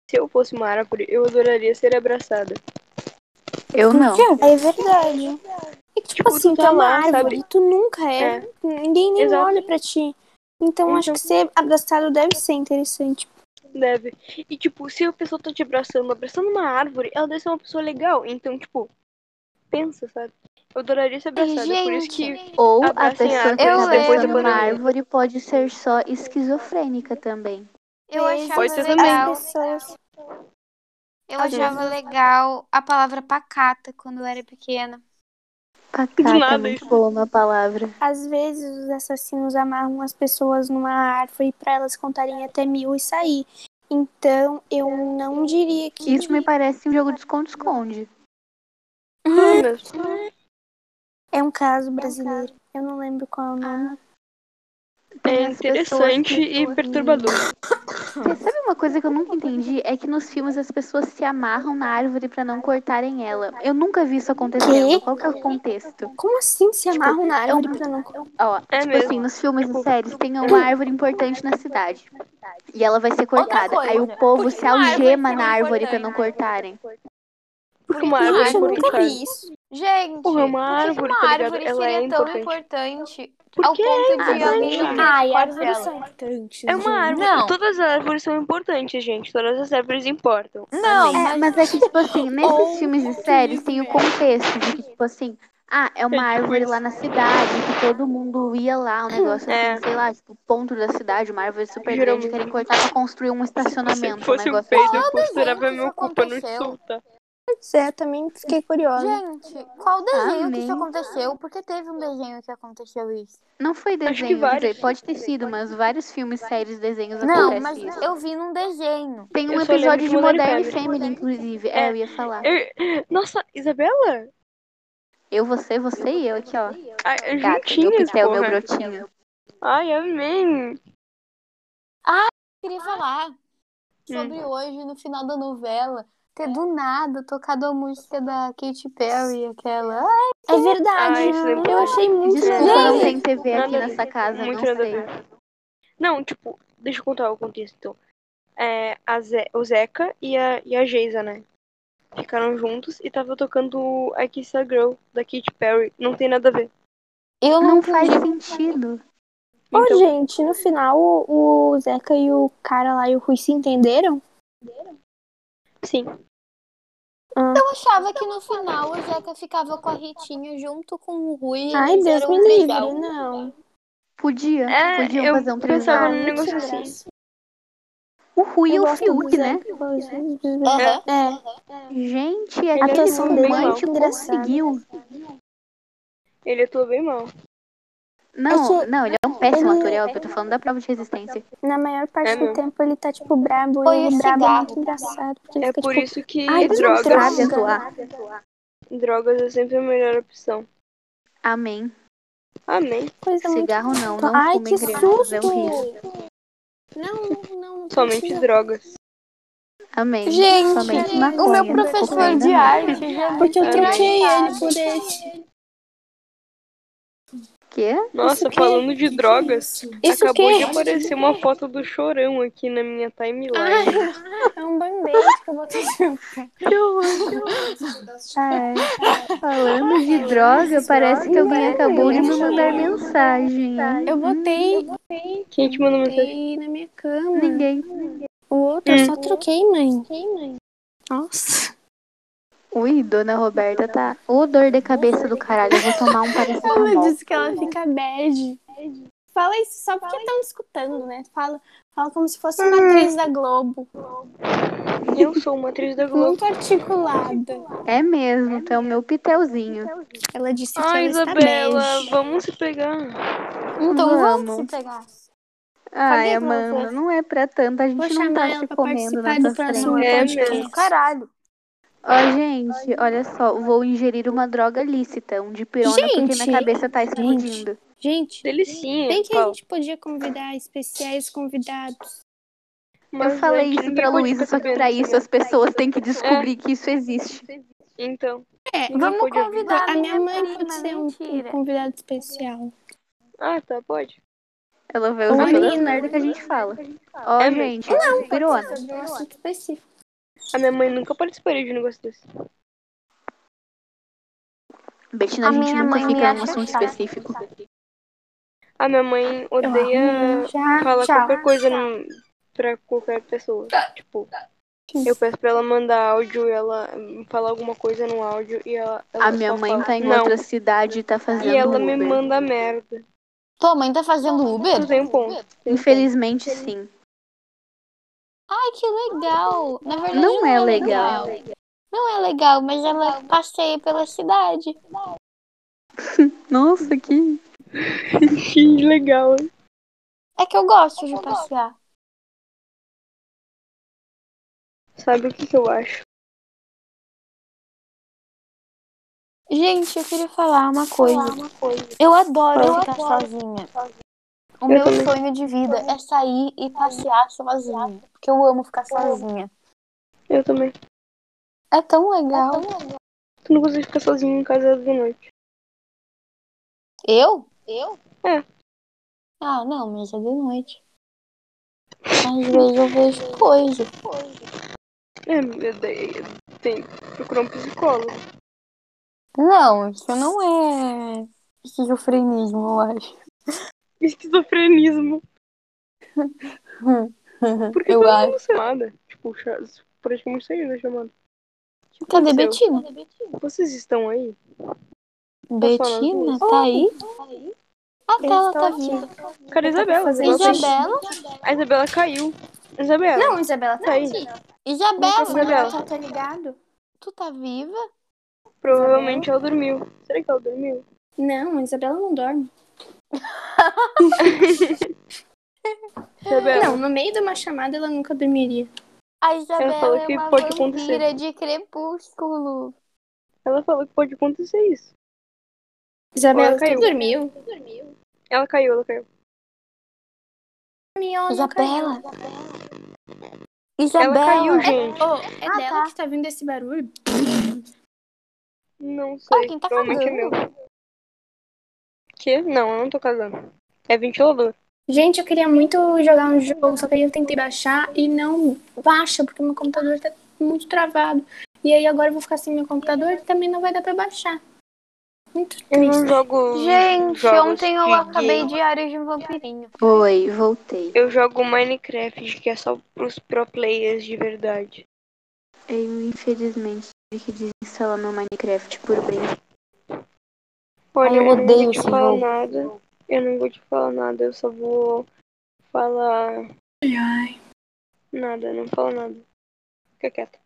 B: Se eu fosse uma árvore, eu adoraria ser abraçada.
A: Eu não.
E: É verdade. É que, tipo
B: Tipo,
E: assim,
B: tu
E: tu
B: tá
E: é uma
B: lá,
E: árvore,
B: sabe?
E: tu nunca é.
B: É.
E: Ninguém nem
B: Exato.
E: olha pra ti. Então, acho
B: Então-
E: que ser abraçado deve ser interessante.
B: Deve. E, tipo, se a pessoa tá te abraçando, abraçando uma árvore, ela deve ser uma pessoa legal. Então, tipo, pensa, sabe? Eu adoraria ser abraçada. é por isso que.
A: Ou a
B: Abracem
A: pessoa que
D: árvores
A: está
D: depois da
A: abraçando uma
B: pandemia.
A: árvore pode ser só esquizofrênica também.
D: Eu achava
B: Pode ser também.
D: legal.
E: As pessoas.
D: Eu achava legal a palavra pacata quando eu era pequena.
A: Pacata,
B: Do nada
A: é muito
B: isso.
A: boa uma palavra.
E: Às vezes os assassinos amarram as pessoas numa árvore pra elas contarem até mil e sair. Então, eu não diria que.
A: Isso me parece um jogo de esconde-esconde.
B: Manas,
E: É um caso brasileiro. Eu não lembro qual é o nome.
B: é
A: as pessoas
B: interessante
A: que
B: e
A: correm.
B: perturbador.
A: Você sabe uma coisa que eu nunca entendi? É que nos filmes as pessoas se amarram na árvore pra não cortarem ela. Eu nunca vi isso acontecendo.
E: Quê?
A: Qual que é o contexto?
E: Como assim se amarram na
A: é um-
E: árvore pra não
A: Ó,
B: É
A: tipo
B: mesmo.
A: assim, nos filmes
B: Tipo-
A: e séries tem uma árvore importante na cidade. E ela vai ser cortada.
D: coisa,
A: Aí o povo
D: por que
A: se
D: uma árvore
A: algema
D: seria
A: na tipo, árvore pra
D: importante?
A: não cortarem.
B: Porque uma árvore
E: Gente,
B: é
E: eu nunca
B: importante.
E: vi isso.
D: Gente,
B: Porra, uma
D: por que
B: árvore,
D: que uma
B: tá ligado?
D: árvore
B: Ela é
D: seria tão importante ao ponto
B: Ah,
D: de alguém não
B: importante.
D: querer
E: Ai,
D: cortar
E: árvores
D: ela?
E: são importantes.
B: É uma árvore.
D: Não.
B: Todas as árvores são importantes, gente. Todas as árvores importam.
D: Não,
A: É, mas é que, tipo assim, nesses filmes e séries tem o contexto de que, tipo assim, ah, é uma árvore lá na cidade, que todo mundo ia lá, um negócio
B: É.
A: assim, sei lá, tipo, ponto da cidade, uma árvore super grande,
B: Geralmente.
A: querem cortar pra construir um
B: Se eu
A: estacionamento, um
B: fosse um
A: negócio
B: peido,
A: assim.
B: eu considerava
D: desenho que
B: meu
D: isso
B: culpa no
D: aconteceu?
B: insulta.
E: Pois é, também fiquei curiosa.
D: Gente, qual desenho que isso
A: Amém.
D: aconteceu? Porque teve um desenho que aconteceu isso.
A: Não foi
B: que
A: desenho, quer
B: vários.
A: dizer, pode ter sido, mas vários filmes, séries, desenhos
D: Não,
A: acontece
D: mas
A: isso.
D: eu vi num desenho.
A: Tem um
B: Eu só lembro
A: episódio
B: de
A: de
B: Modern
A: Modern
B: Family.
A: Family, inclusive,
B: É.
A: é, eu ia falar.
B: Eu- Nossa, Isabela?
A: Eu, você, você e eu aqui, ó.
B: Ah,
A: Gata, meu
B: juntinhas,
A: pitel, meu
B: porra.
A: brotinho.
B: Ai, amém.
D: Queria
B: Hum.
D: falar sobre hoje, no final da novela, ter do nada tocado a música da Katy Perry, aquela. Ah,
E: É verdade.
B: Ai, isso é muito
E: eu achei muito
A: Desculpa,
E: legal.
A: não tem TV
B: Nada
A: aqui
B: a ver.
A: nessa casa,
B: Muito
A: não
B: nada a
A: sei.
B: ver. Não, tipo, deixa eu contar o contexto então. é, a Ze- o Zeca e a, e a Geisa, né? Ficaram juntos e tava tocando I Kiss a Girl, da Katy Perry. Não tem nada a ver.
D: Eu não,
A: Não faz
D: entendi.
A: sentido.
E: Ô,
B: Então,
E: gente, no final o, o Zeca e o cara lá e o Rui se entenderam?
B: sim.
D: Eu achava que no final o Zeca ficava com a Ritinha junto com o Rui. e
E: Ai,
D: eles
E: Deus
D: eram
E: me
D: um
E: livre,
D: trisal.
E: não. Ah,
A: Podia.
B: É,
A: Podiam
B: eu
A: fazer um trisal.
B: pensava num
E: muito
B: negócio
E: sem
B: assim.
E: graça.
A: O Rui e
E: Eu
A: o
E: gosto do
A: Fiuk, né?
E: Zeca, eu gosto do-
D: Aham.
E: É,
A: Gente,
B: é
A: aquele
B: atuação dele é
A: fumante
E: muito engraçada.
A: conseguiu.
B: Ele atuou bem mal.
A: Não,
E: É que-
A: não, ele é um péssimo
E: ele-
A: ator, é óbvio, eu tô falando da prova de resistência.
E: na maior parte
B: É
E: do
B: mesmo.
E: tempo ele tá, tipo, brabo.
D: Foi
E: e ele
D: o
E: brabo é
D: cigarro,
E: muito engraçado. Porque ele
B: É
E: fica,
B: por
E: tipo,
B: isso que
E: ai, eles não
B: drogas,
A: Sabe
E: Droga.
A: atuar.
B: drogas é sempre a melhor opção.
A: Amém.
B: Amém.
E: coisa muito...
A: Cigarro não, não
E: Ai,
A: fumem
E: que
A: crianças, é
E: susto!
A: horrível.
E: Não, não, não, não
B: Somente
E: precisa.
B: drogas.
A: Amém.
D: Gente,
A: Somente
D: o
A: maconha,
D: meu professor
A: cocaína
D: de
A: não.
D: arte já me
E: Porque eu
B: Também.
E: troquei ele por esse.
A: Quê?
B: Nossa, falando de drogas,
E: Isso é o
B: acabou
E: quê?
A: é
B: de aparecer uma foto do chorão aqui na minha timeline.
E: É um band-aid que eu botei junto. Ai,
A: É, Falando de droga, parece que alguém acabou de me mandar mensagem. Hum,
E: eu botei,
B: Quem te mandou mensagem?
E: botei na minha cama.
A: Ninguém.
E: O outro
B: Hum.
E: eu só troquei, mãe. Nossa.
A: Ui, dona Roberta tá. Ô, dor de cabeça do caralho. Eu vou tomar um
E: Ela
A: paracetamol.
E: disse que ela fica bad. Fala isso só porque estão escutando, né? Fala, fala como se fosse uma atriz da Globo.
B: Eu sou uma atriz da Globo.
E: Muito articulada.
A: É mesmo, tu é o meu pitelzinho.
E: Ela disse que
B: Ah,
A: é
E: ela está
B: Isabela,
E: bad.
B: vamos se pegar.
D: Então vamos,
A: Vamos.
D: se pegar.
A: Ai,
E: Cadê você?
A: Amanda, não é pra tanto. A gente
E: Vou
A: não
E: chamar
A: tá
E: ela
A: se
E: pra
A: comendo
E: participar do
A: nessas
E: próximo
A: frentes.
B: É mesmo.
E: podcast.
D: Caralho.
A: Ó, gente, olha só. Vou ingerir uma droga lícita, um dipirona, porque
E: Gente,
A: minha cabeça tá explodindo.
E: Gente,
B: Delicinha.
E: bem que a
B: Paulo.
E: gente podia convidar especiais convidados.
A: Eu
B: Mas
A: falei
B: antes,
A: isso
B: ninguém
A: pra
B: pode
A: Luísa,
B: ficar
A: só que pra
B: sabendo,
A: isso
B: né?
A: as pessoas têm que descobrir que isso existe.
B: Então.
E: É,
B: ninguém
D: vamos
B: pode ouvir.
D: convidar
E: a minha mãe
D: prima,
E: pode ser um, um
D: mentira.
E: convidado especial.
B: Ah, tá, pode.
A: Ela vai
E: Ou
A: usar
E: a
A: todas as
E: menina.
A: merdas que a gente fala. Ó,
B: É mesmo.
A: gente, dipirona.
E: Sobre um assunto específico.
B: A minha mãe nunca participaria de um negócio desse.
A: Betina, a
D: A
A: gente
D: minha
A: nunca
D: mãe me
A: fica num
D: acha
A: assunto
D: chata.
A: específico.
B: A minha mãe odeia falar qualquer coisa num- pra qualquer pessoa. Tipo, eu peço pra ela mandar áudio e ela hum, fala alguma coisa no áudio e ela. ela
A: A minha
B: só
A: mãe
B: fala,
A: tá em
B: não.
A: outra cidade e tá fazendo
B: E ela me
A: Uber.
B: manda merda.
D: Tua mãe tá fazendo Uber?
B: Tu tem um ponto. tem um
A: Infelizmente, sim.
D: Ai, que legal. Na verdade,
A: Não é legal.
D: Não é legal, mas ela passeia pela cidade.
A: Nossa, que...
B: ponto. Que legal.
D: É que eu gosto de passear.
B: Sabe o que, que eu acho?
D: Gente, eu queria falar É uma coisa. Eu adoro ficar sozinha. O meu
B: também.
D: sonho de vida é sair e passear sozinha. Porque eu amo ficar sozinha.
B: Eu também.
D: É tão legal.
B: Tu não consegue ficar sozinho em casa de noite.
D: Eu? É.
B: Eu?
D: Ah, não, mas é de noite. Às vezes eu vejo coisa.
B: É, meu Deus. Tem que procurar um psicólogo.
D: Não, isso não é esquizofrenismo, eu acho.
B: Esquizofrenismo. Por que
D: Eu
B: tu não
D: acho.
B: é chamada? Tipo, cha- praticamente saiu da chamada. O que
D: Cadê
B: aconteceu?
D: Betina?
B: Vocês estão aí?
D: Betina, tá aí? Ah, tá, ela tá viva.
B: Cadê a Isabela?
E: fazendo
B: Isabela tá aí.
D: Isabela?
B: A Isabela caiu. Isabela.
E: Não, Isabela,
B: tá aí.
D: Isabela,
B: Isabela.
E: tá, tá ligado?
D: tu tá viva?
B: Provavelmente ela dormiu. Será que ela dormiu?
E: Não, a Isabela não dorme.
B: Isabela.
E: Não, no meio de uma chamada ela nunca dormiria.
D: A
B: Ela falou
D: Isabela é
B: que
D: uma
B: pode
D: vampira
B: acontecer.
D: de crepúsculo.
B: Ela falou que pode acontecer isso.
E: Isabela,
B: Ela
E: tu
B: caiu.
E: dormiu?
B: Ela caiu, ela caiu.
D: Isabela.
B: Ela
D: Isabela.
B: caiu, gente.
E: Oh, é
D: Ah,
E: dela
D: tá.
E: que tá vindo esse barulho?
B: Não sei.
D: Alguém tá
B: Provavelmente é meu. Que? Não, eu não tô cagando. É ventilador.
E: Gente, eu queria muito jogar um jogo, só que aí eu tentei baixar e não baixa, porque meu computador tá muito travado. E aí agora eu vou ficar sem meu computador e também não vai dar pra baixar. Muito
B: Eu não
E: triste.
B: jogo.
D: um. Gente,
B: jogos
D: ontem eu
B: de
D: acabei
B: game.
D: Diários de um Vampirinho.
A: Oi, voltei.
B: Eu jogo Minecraft, que é só pros pro players de verdade.
A: Eu, infelizmente, tive que desinstalar meu Minecraft por bem.
B: Olha,
D: eu
B: não
D: odeio
B: vou te
D: esse
B: falar
D: jogo.
B: nada. Eu não vou te falar nada, eu só vou falar
E: Ai, ai.
B: nada, não falo nada. Fica quieta.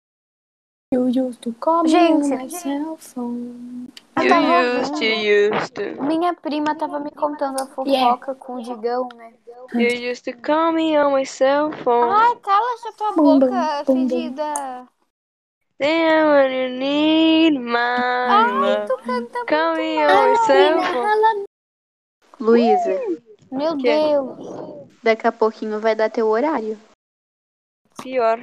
E: You used to call me
D: Gente,
E: on my cell phone.
D: Eu tava ouvindo.
B: you used to.
D: Minha prima tava me contando a fofoca
E: Yeah.
D: com o Digão, né?
B: You used to call me on my cell phone.
D: Ai, cala essa tua
E: Bum,
D: boca,
E: bum, bum, bum.
D: fedida.
B: Damn, when you need my love. Call me on my cell phone.
A: Luísa,
D: Meu
B: Que?
D: Deus.
A: daqui a pouquinho vai dar teu horário.
B: Pior.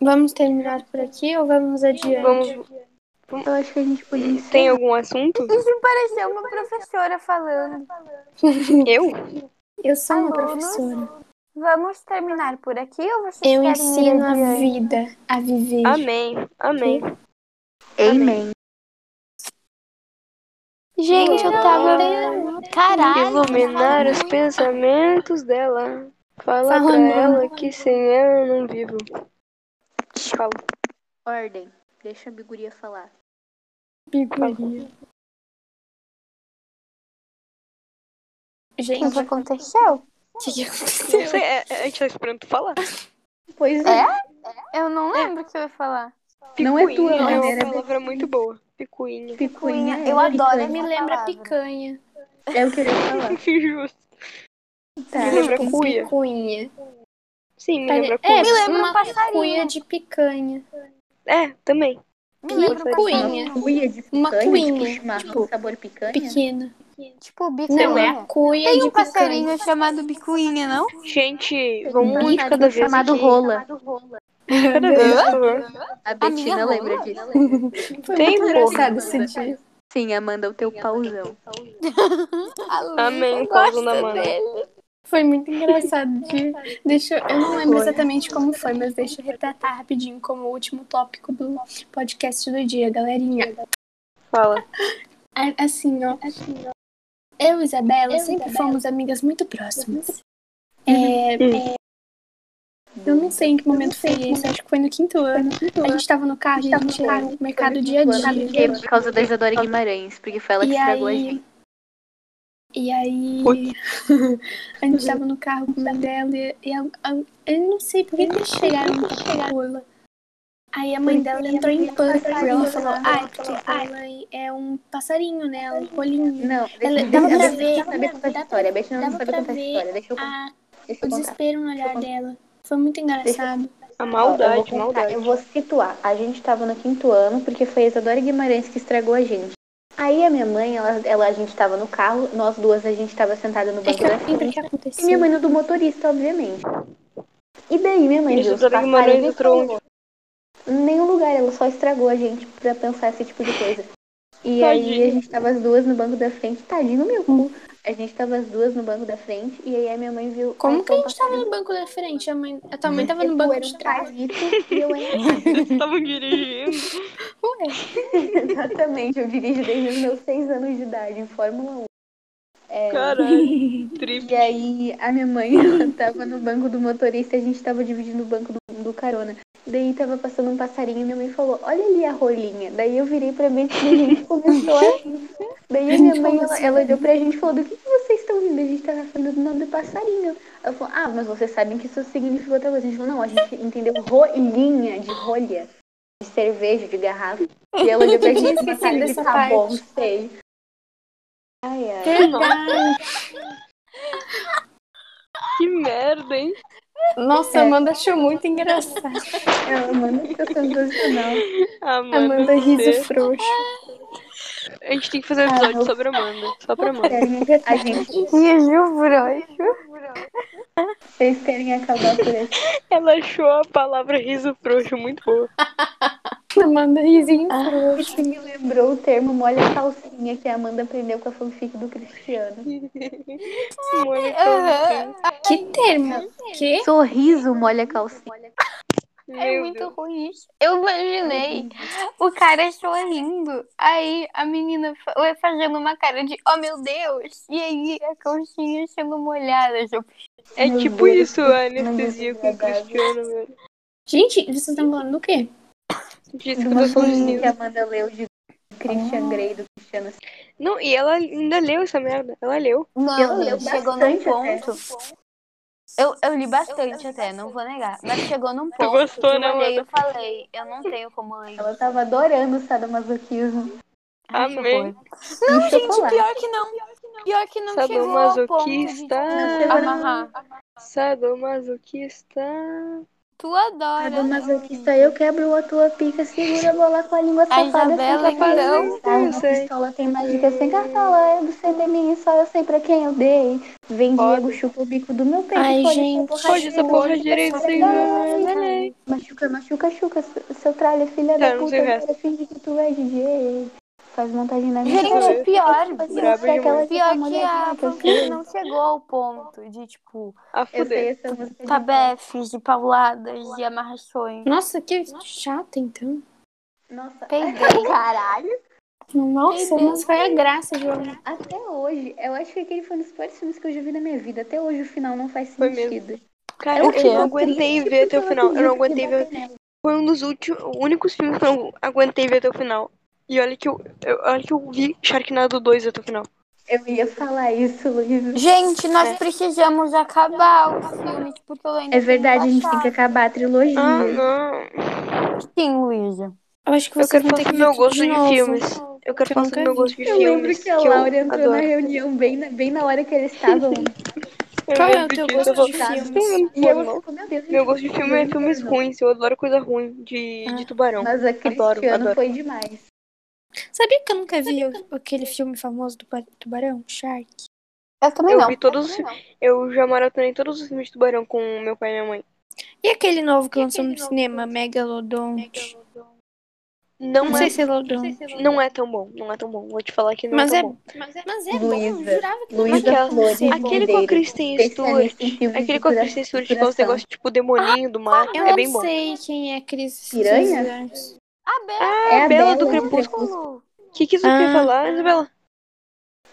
E: Vamos terminar por aqui ou vamos adiante?
B: Vamos.
A: Eu acho que a gente podia
B: Tem
A: encerrar.
B: algum assunto?
D: Isso pareceu uma professora falando.
B: Eu?
E: Eu sou uma
D: Alunos.
E: professora.
D: Vamos terminar por aqui ou vocês
E: Eu
D: querem ir
E: ensino a
D: adiante?
E: vida a viver.
B: Amém. Amém.
A: Tá Amém.
D: Gente, eu tava. Caralho.
B: Iluminar os pensamentos dela. Fala
E: Fala,
B: pra
E: mãe.
B: ela que sem ela eu não vivo. Fala.
A: Ordem. Deixa a biguria falar.
E: Bigolinho.
D: O que
E: Gente,
D: aconteceu?
E: o que que aconteceu?
B: Não sei, é- é, a gente tá esperando tu falar.
A: Pois é.
D: É? Eu não lembro o que eu ia falar.
A: Não é tua,
B: Picuinha é
A: Ana,
B: uma
A: era
B: palavra muito boa. Picuinha.
A: Picuinha. é
D: Eu adoro
A: picanha.
D: essa
E: Me lembra
D: palavra.
E: picanha.
A: É o que eu ia falar.
B: Justo. Me
A: Tá.
B: lembra cuia.
E: Picuinha.
B: Sim, me
E: Pare-
B: lembra
E: É,
B: cuia.
D: lembra um
E: uma
D: passarinho.
E: cuia de picanha.
B: É, também.
D: Me lembra um
E: Cuinha.
D: passarinho.
A: Cuia de
E: Uma
A: picanha, tipo
E: cuinha,
A: chimarrão,
E: tipo,
A: sabor picanha?
E: Pequena.
D: Tipo bicuinha.
E: Não, é a cuia
D: Tem
E: de
D: um
E: picanha.
D: passarinho chamado bicuinha, não?
B: Gente, vamos um de
A: Nada,
B: cada
A: um
B: vez.
A: chamado
B: aqui.
A: rola.
B: Cada vez, por favor.
A: A
D: minha
A: Betina
D: rola?
A: lembra disso.
E: Foi
B: Tem, um
E: muito
B: pô.
E: engraçado esse dia.
A: Sim, Amanda, o teu pauzão.
B: Amém, causam da Amanda.
E: Foi muito engraçado o dia.
D: um
E: Deixa eu... eu não lembro exatamente como foi, mas deixa eu retratar rapidinho como o último tópico do podcast do dia, galerinha.
B: Fala.
E: A- Assim, ó. Eu e Isabela sempre fomos amigas muito próximas. É, é, eu não sei em que momento foi isso, acho que foi no quinto ano. A gente tava no carro e a gente ia no mercado dia a
A: Porque
E: dia.
A: por causa da Isadora Guimarães, porque foi ela que
E: E
A: estragou a
E: aí-
A: gente.
E: E aí. a gente tava no carro com a dela e, e a, a- eu não sei por que que eles chegaram com a Paola. Aí é, a mãe dela entrou em pânico. Ela falou: Ai, porque a Paola é um passarinho, né? É um colinho.
A: Não,
E: Ela-
A: deixa,
E: dava
A: deixa- a Betina
E: pra ver-
A: não sabe contar essa história. A Betina não
E: dava
A: sabe
E: pra
A: contar essa
E: ver
A: história. Deixa eu, con-
E: A
A: deixa
E: O
A: eu contar.
E: Ah, desespero no olhar dela. Foi muito engraçado.
A: Ó,
B: A
A: eu vou
B: maldade,
A: contar,
B: maldade.
A: Eu vou situar. A gente tava no quinto ano, porque foi a Isadora Guimarães que estragou a gente. Aí a minha mãe, ela, ela- a gente tava no carro, nós duas a gente tava sentada no
E: É
A: banco
E: que
A: da
E: eu lembro
A: frente.
E: que
A: E minha
E: aconteceu.
A: mãe no do motorista, obviamente. E daí minha mãe
B: E a
A: viu os
B: Isadora Guimarães
A: passarinhos e
B: entrou
A: falou, Em nenhum lugar, ela só estragou a gente pra pensar esse tipo de coisa. E aí a
B: Tadinha.
A: gente tava as duas no banco da frente, tadinho no meu cu. A gente tava as duas no banco da frente, e aí a minha mãe viu...
E: Como
A: "Ah,
E: que a
A: tem um
E: gente tava no banco da frente? A, mãe... a tua mãe tava
A: passarinho". Eu
E: no banco
A: era
E: de
A: um
E: trás.
A: palito e eu era
B: Eles estavam dirigindo.
E: Ué,
A: Exatamente, eu dirijo desde os meus seis anos de idade, em Fórmula 1. É,
B: Caralho. Trip.
A: e aí, a minha mãe, ela tava no banco do motorista e a gente tava dividindo o banco do, do carona. Daí tava passando um passarinho e minha mãe falou, olha ali a rolinha. Daí eu virei pra mim e a gente começou a rir. Daí a minha mãe,
E: assim?
A: ela, ela olhou pra gente e falou, do que, que vocês estão rindo? A gente tava falando do nome do passarinho. Ela falou, ah, mas vocês sabem que isso significa outra coisa. A gente falou, não, a gente entendeu rolinha, de rolha, de cerveja, de garrafa. E ela olhou pra gente e
E: Esqueci
A: falou,
E: dessa
A: tá
E: parte.
A: bom, sei. Ai, ai.
B: Que merda, hein?
E: Nossa, a Amanda achou muito engraçado.
A: Ela manda que eu sou sensacional.
B: Amanda,
E: Amanda riso
B: você-
E: frouxo.
B: A gente tem que fazer um
A: Ah,
B: episódio sobre Amanda. Só pra Amanda.
A: Querem- A gente,
D: Rijo frouxo.
A: vocês querem acabar por aqui.
B: Ela achou a palavra riso frouxo muito boa.
E: Amanda Rizinho.
A: Isso me lembrou o termo molha a calcinha que a Amanda aprendeu com a fanfic do Cristiano.
B: Mano,
E: Que termo? Que?
A: Sorriso molha a calcinha.
D: É muito ruim isso. Eu imaginei o cara sorrindo. Aí a menina fa- vai fazendo uma cara de oh meu Deus! E aí a calcinha sendo molhada. Tipo,
B: É
A: Meu
B: tipo
A: Deus,
B: isso, a anestesia
A: Deus,
B: com o
A: verdade.
B: Cristiano, velho.
E: Gente, vocês estão falando do quê?
B: Diz que
A: Uma
B: eu tô
A: fanfic que a
B: falando.
A: Amanda leu de Christian Grey do Cristiano. assim.
B: Não, e ela ainda leu essa merda. Ela leu.
A: leu
D: mano, chegou num
A: bastante
D: ponto. Eu, eu li bastante até, não vou negar. Mas chegou num ponto
B: gostou,
D: que eu
B: né,
D: olhei e
B: Amanda?
D: falei, eu não tenho como ler.
A: Ela tava adorando o sadomasoquismo.
D: Ai, que
B: Amei.
D: horror.
A: Não, gente,
E: Pior que não. Pior que não chegou ao ponto de
B: Sadomasoquista.
D: Amarrar.
B: Sadomasoquista.
D: Tu adora.
A: Sadomasoquista, eu quebro a tua pica, segura a bola com a língua safada.
D: Isabela,
A: sem querer
D: então,
A: gastar.
B: eu
A: Uma
B: sei.
A: pistola tem mágica sem cartola. É você de mim, só eu sei pra quem eu dei. Vem, Diego, chupa o bico do meu peito.
E: Ai,
A: pode
E: gente,
B: Pode essa porra direito, senhor.
A: Ai, Machuca, machuca, chuca, seu- seu tralha, filha
B: Tá,
A: da
B: não
A: puta,
B: sei o resto.
A: agora finge que tu é DJ. Faz montagem na minha cara.
D: Gente, pior,
A: Você
B: brabo
A: é aquela que tá
B: demais.
D: pior que é, a
A: molhadinha, que eu
D: fanfic
A: sei.
D: não chegou ao ponto de, tipo,
B: A
A: Eu sei
B: fuder.
A: essa música.
D: Tá
A: de-
D: tabefes, de pauladas, de amarrações.
E: Nossa, que chata, então.
A: Nossa,
D: Peguei.
A: caralho.
E: Nossa, mas foi a graça, João.
A: Até hoje, eu acho que aquele foi um dos piores filmes que eu já vi na minha vida. Até hoje o final não faz
B: Foi mesmo.
A: sentido.
B: Cara,
A: Eu
B: eu,
A: fico
B: não aguentei
A: triste
B: ver até o
A: porque
B: final. Eu não
A: acredito que
B: aguentei ver.
A: bateu nela.
B: Foi um dos últimos, únicos filmes que eu não aguentei ver até o final. E olha que eu, eu- olha que eu vi Sharknado 2 até o final.
A: Eu ia falar isso, Luiz.
D: Gente, nós precisamos acabar o filme, tipo, porque eu ainda
A: É verdade, a gente tem que
D: baixado.
A: acabar a trilogia.
B: Ah, não.
D: Sim, Luísa.
E: Eu acho que
B: Eu
E: vocês
B: quero
E: vão
B: falar sobre
E: ter que ver
B: meu
E: tudo
B: gosto
E: de
B: de,
E: novo.
B: filmes. Eu quero
E: que eu
B: falar sobre
E: nunca
B: meu
E: vi.
B: gosto de
A: Eu lembro
B: filmes.
A: que a
B: eu
A: Laura entrou na
B: adoro.
A: reunião bem na, bem na hora que eles estavam.
B: Eu
E: Qual é o
B: lembro
E: teu
B: disso, eu
E: gosto de
B: falo,
E: filmes?
B: "Tô vendo
A: e ela
B: pornô."
A: ficou, meu Deus,
B: Meu gosto de filme é
A: Não,
B: filmes
A: não.
B: ruins. Eu adoro coisa ruim de, de tubarão.
A: Mas a Cristiano
B: adoro.
A: foi demais.
E: Sabia que eu nunca vi o- aquele filme famoso do pa- Tubarão? Shark?
D: Eu também
B: Eu
D: não.
B: vi todos os filmes. Eu já maratonei todos os filmes de tubarão com meu pai e minha mãe.
E: E aquele novo que lançou no cinema, Megalodonte?
B: Não,
E: Não,
B: é,
E: sei se é Lodon.
B: não é tão bom. Não é tão bom. Vou te falar que não
E: Mas
B: é
E: é,
B: tão bom.
E: mas é, mas é bom,
A: Luísa,
E: eu jurava que
A: Luísa
E: não era
A: Flores,
E: possível.
B: Aquele com a
A: Bombeiro,
B: Kristen Stewart.
A: especialista em filmes de
B: Aquele com a
A: cura-
B: Kristen Stewart que faz um
A: curação.
B: negócio tipo demoninho do mar.
E: Eu
B: é
E: não
B: bem bom.
E: sei quem é Cris
A: Piranha?
E: Cris-
D: A Bela tipo,
A: É a
B: Ah, Bela do
A: Bela do
B: Crepúsculo.
A: Crepúsculo.
B: O que, que isso quer
E: Ah.
B: falar, Isabela?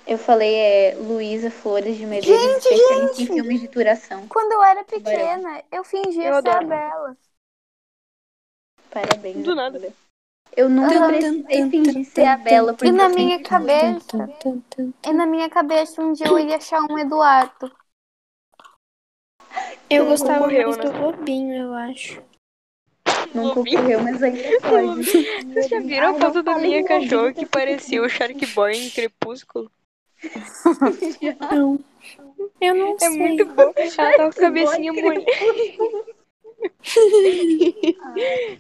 A: Eu falei, é Luísa Flores de Medeiros, especialista em filmes de duração.
D: Quando eu era pequena, eu fingia
B: Eu
D: ser a
B: adoro.
D: Bela.
A: Parabéns.
B: Do nada. né?
A: Amanda. Eu nunca
D: Aham.
A: precisei fingir ser a Bela. porque
D: E na
A: eu sempre
D: minha
A: fui
D: cabeça,
A: bonita.
D: e na minha cabeça, um dia eu iria achar um Eduardo.
E: Eu
B: Não
E: gostava
B: concorreu,
E: mais do
B: né?
E: Lobinho, eu acho.
A: Nunca
B: Lobinho.
A: ocorreu, mas ainda pode.
B: Vocês já viram a foto da minha cachorra que parecia o Shark Boy em Crepúsculo?
E: Não. Eu não
B: É
E: sei.
B: muito bom. Ela tava com a cabecinha molhada.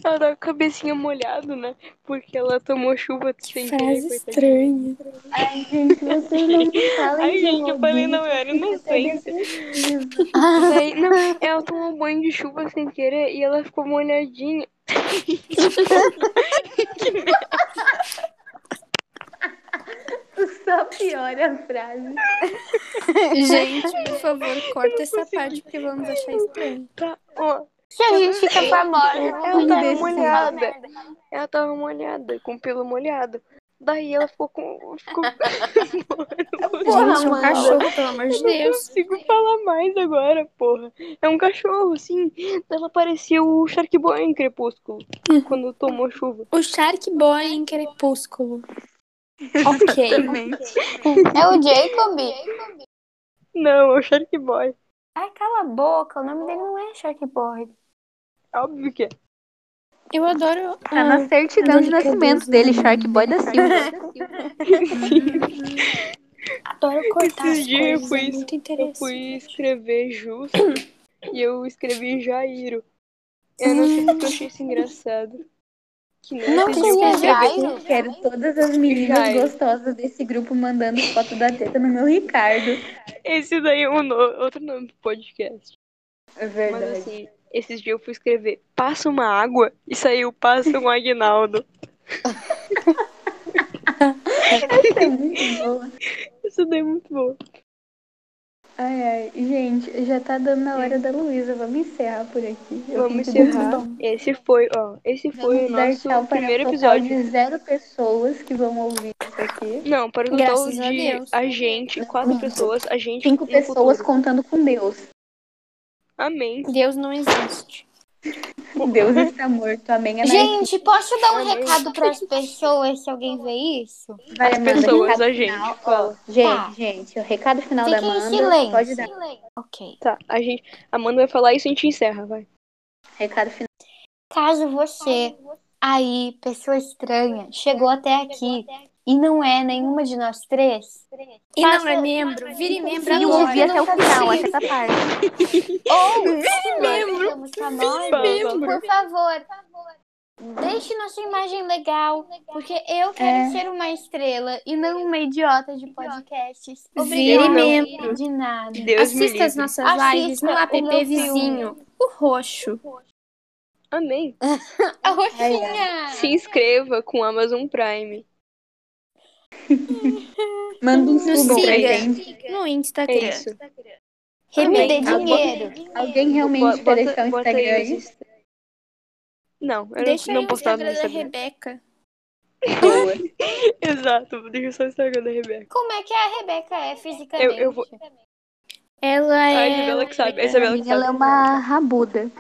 B: Ela tava com a cabecinha molhada, né? Porque ela tomou chuva sem querer.
E: Frase
B: coitadinha.
E: estranha.
A: Ai, gente, vocês não me falem
B: Ai,
A: de
B: gente, eu falei, não, eu era
A: Lobinho, eu fiquei até
B: inocente.
A: depressiva.
B: Daí, não, ela tomou banho de chuva sem querer e ela ficou molhadinha.
A: Só piora a frase.
E: Gente, por favor, corta essa parte porque vamos achar estranho.
B: Tá, ó.
D: Se a gente fica famosa, né?
B: Ela
A: me
B: tava
A: deixa
B: molhada. Ela tava molhada, com o pelo molhado. Daí ela ficou com. Ficou...
E: Gente, é um cachorro, pelo amor de
B: Eu não
E: Deus.
B: consigo falar mais agora, porra. É um cachorro, sim. Ela parecia o Shark Boy em Crepúsculo, quando tomou chuva.
E: O Shark Boy em Crepúsculo. Ok.
D: É o Jacob?
B: Não, é o Shark Boy.
D: Ai, cala a boca, o nome dele não é Shark Boy.
B: Óbvio que é.
E: Eu adoro.
A: Tá
E: ah,
A: na certidão de
E: Adoro que eu
A: nascimento
E: uso
A: dele,
E: também.
A: Shark Boy da Silva.
E: adoro cortar
B: Esses
E: as
B: dias eu
E: coisas.
B: fui
E: É
B: es-
E: muito
B: Eu
E: interessante.
B: fui escrever justo e eu escrevi Jairo. Eu não
A: Hum.
B: sei porque eu achei isso engraçado. Que nem
D: Não
B: esses
A: é
B: dias eu
D: tinha
B: fui escrever-
D: Jairo?
A: Quero todas as meninas
B: Jairo.
A: gostosas desse grupo mandando foto da teta no meu Ricardo.
B: Esse daí é um no- outro nome do podcast.
A: É
B: Mas
A: verdade.
B: assim, Esses dias eu fui escrever passa uma água e saiu passa um aguinaldo.
A: É muito boa.
B: Isso daí é muito bom.
A: Ai, ai. Gente, já tá dando a hora da Luísa. Vamos encerrar por aqui. Eu
B: Vamos
A: tenho que dar-
B: encerrar. Esse foi, ó, esse foi o
A: dar
B: nosso
A: tchau para
B: primeiro
A: um total
B: episódio.
A: de zero pessoas que vão ouvir isso aqui.
B: Não, para o total
E: Graças a
B: de
E: Deus.
B: a gente, quatro pessoas, a gente
A: Cinco
B: no
A: pessoas
B: futuro.
A: contando com Deus.
B: Amém.
E: Deus não existe.
A: Deus está morto. Amém. Amém.
D: Gente, posso dar um
B: Amém.
D: recado pras pessoas se alguém vê isso?
A: Vai,
B: As
A: Amanda,
B: pessoas,
A: recado
B: a gente,
A: final.
B: fala.
A: Ó, Gente,
D: Tá.
A: gente, o recado final da
D: Fiquem em
A: Amanda.
D: silêncio.
A: Pode dar.
D: Ok.
B: Tá, a gente, Amanda vai falar isso e a gente encerra, vai.
A: Recado final.
D: Caso você, aí, pessoa estranha, chegou até aqui e não é nenhuma de nós três,
E: E não é membro. Vire membro
D: Finge
E: agora.
D: que não tá vendo.
K: essa parte.
D: Ou se nós ficamos famosos,
B: membro.
D: por favor, deixe nossa imagem legal, porque eu
A: É.
D: quero ser uma estrela e não uma idiota de podcasts.
E: Vire membro.
D: De nada.
B: Deus me
E: Assista
B: livre.
E: as nossas
D: Assista
E: lives no
D: o meu
E: app
D: filme.
E: vizinho. O roxo.
B: Amém.
D: A
E: É.
D: roxinha!
B: Se inscreva com Amazon Prime.
A: Manda um
E: Nos
A: suba pra
E: siga.
A: gente.
E: No
B: É
E: Instagram.
B: isso.
D: Me dê
B: Também. Ah,
D: dinheiro.
A: Alguém realmente
B: Bo-
A: quer deixar o
B: bota
A: Instagram é
B: aí os
A: aí?
B: Insta- Não, eu
E: Deixa
B: não,
E: aí
B: não
E: o
B: postava no
E: Instagram da
B: Instagram.
E: Rebeca.
A: Boa.
B: Exato, deixa só o Instagram da Rebeca.
D: Como é que a Rebeca é fisicamente?
B: Eu- eu vou-
E: Ela
B: A
E: é.
B: Isabela que sabe, a Isabela que
A: Ela é
B: sabe.
A: uma rabuda.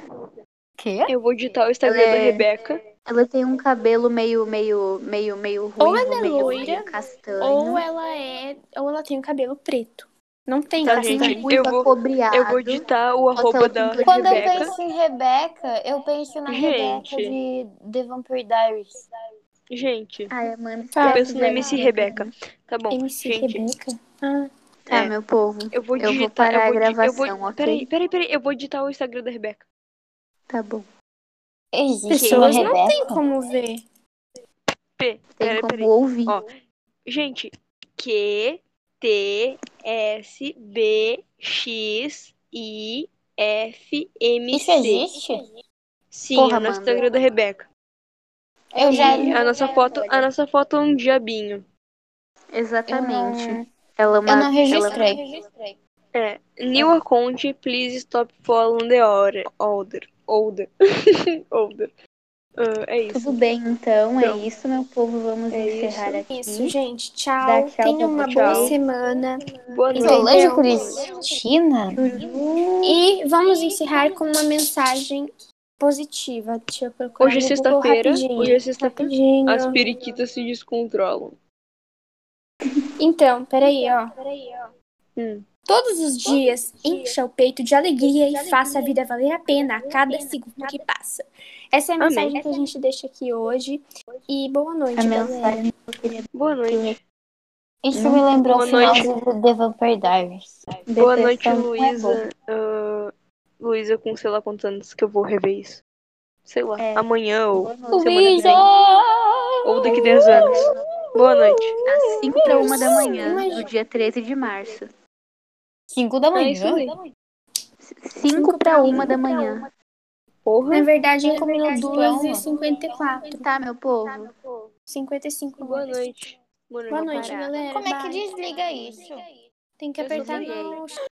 D: Quê?
B: Eu vou digitar o Instagram
A: Ela
B: da
A: é-
B: Rebeca.
A: Ela tem um cabelo meio, meio, meio, meio ruivo,
E: Ou ela é
A: meio,
E: loira,
A: meio castanho.
E: Ou ela é. Ou ela tem o cabelo preto. Não tem
B: Tá,
E: castanho.
B: gente,
A: ruiva
B: eu vou-
A: cobreado.
B: Eu vou digitar o arroba
A: ela
B: da
A: pintou de
D: Quando eu
B: Rebeca.
D: penso em Rebeca, eu penso na
B: Gente.
D: Rebeca de The Vampire Diaries.
B: Gente,
A: Ai, Amanda,
E: Tá.
B: eu
A: esquece
B: penso na
A: de-
B: MC Rebeca. Tá bom,
E: MC
B: gente.
E: Rebeca. Ah,
A: Tá,
B: É.
A: meu povo.
B: Eu vou
A: Eu vou
B: digitar.
A: parar a
B: eu vou, di- eu
A: gravação,
B: vou,
A: ok?
B: Peraí, peraí, peraí. Eu vou digitar o Instagram da Rebeca.
A: Tá bom.
D: Existe uma
E: Pessoas não
D: Rebeca?
E: tem como ver.
B: P.
A: Tem
B: Peraí,
A: como
B: peraí.
A: ouvir.
B: Ó. Gente, Q, T, S, B, X, I, F, M,
D: Isso
B: C.
D: existe?
B: Sim,
A: Porra,
B: é o nosso
A: Amanda.
B: Instagram da Rebeca.
D: Eu já
B: E a nossa foto, a nossa foto é um diabinho.
A: Exatamente. Ela é uma.
D: eu não
A: ela é uma-
D: registrei.
B: É, new account, please stop following the order. Older. Older. Older. Ah, é isso.
A: Tudo bem, então.
B: Então.
A: É isso, meu povo. Vamos
B: É
A: encerrar aqui.
E: Isso, gente.
A: Dá
E: Tchau.
A: tchau,
E: Tenham uma
A: tchau,
E: boa
B: tchau.
E: semana.
B: Boa noite.
D: Solange
E: Entendeu?
D: é Cristina?
E: E vamos encerrar com uma mensagem positiva. Deixa eu procurar.
B: Hoje é
E: no Google
B: sexta-feira.
E: rapidinho.
B: Hoje é sexta-feira.
E: Rapidinho.
B: As periquitas se descontrolam.
E: Então, peraí, ó.
B: Hum.
E: Todos os dias, encha o peito de alegria e faça a vida valer a pena a cada segundo que passa. Essa é a
B: Amém.
E: mensagem que a gente deixa aqui hoje. E boa noite,
A: A
E: galera.
A: mensagem.
B: Boa noite.
D: Isso me lembrou
B: Boa
D: o final
B: noite.
D: do The Vampire Diaries.
B: Boa noite,
A: Depressão não é bom.
B: Luísa. Ah, Luísa, com sei lá quantos anos que eu vou rever isso. Sei lá,
A: É.
B: amanhã ou,
A: Boa noite.
B: Semana que vem. ou daqui 10 anos. Boa noite.
A: Às 5 para 1 da manhã, do dia 13 de março.
D: 5 da
B: É isso
D: manhã?
B: aí.
A: 5 para 1 da manhã.
B: Porra.
E: Na verdade, é ele comeu
D: verdade, calma.
E: 2h54.
A: Tá, meu povo?
E: 55
B: Boa
E: minutos.
B: noite.
E: Boa noite,
A: parar.
E: galera.
D: Como é que
E: Bye.
D: desliga isso?
E: Tem que
B: Eu sou
E: apertar
B: mulher.
E: no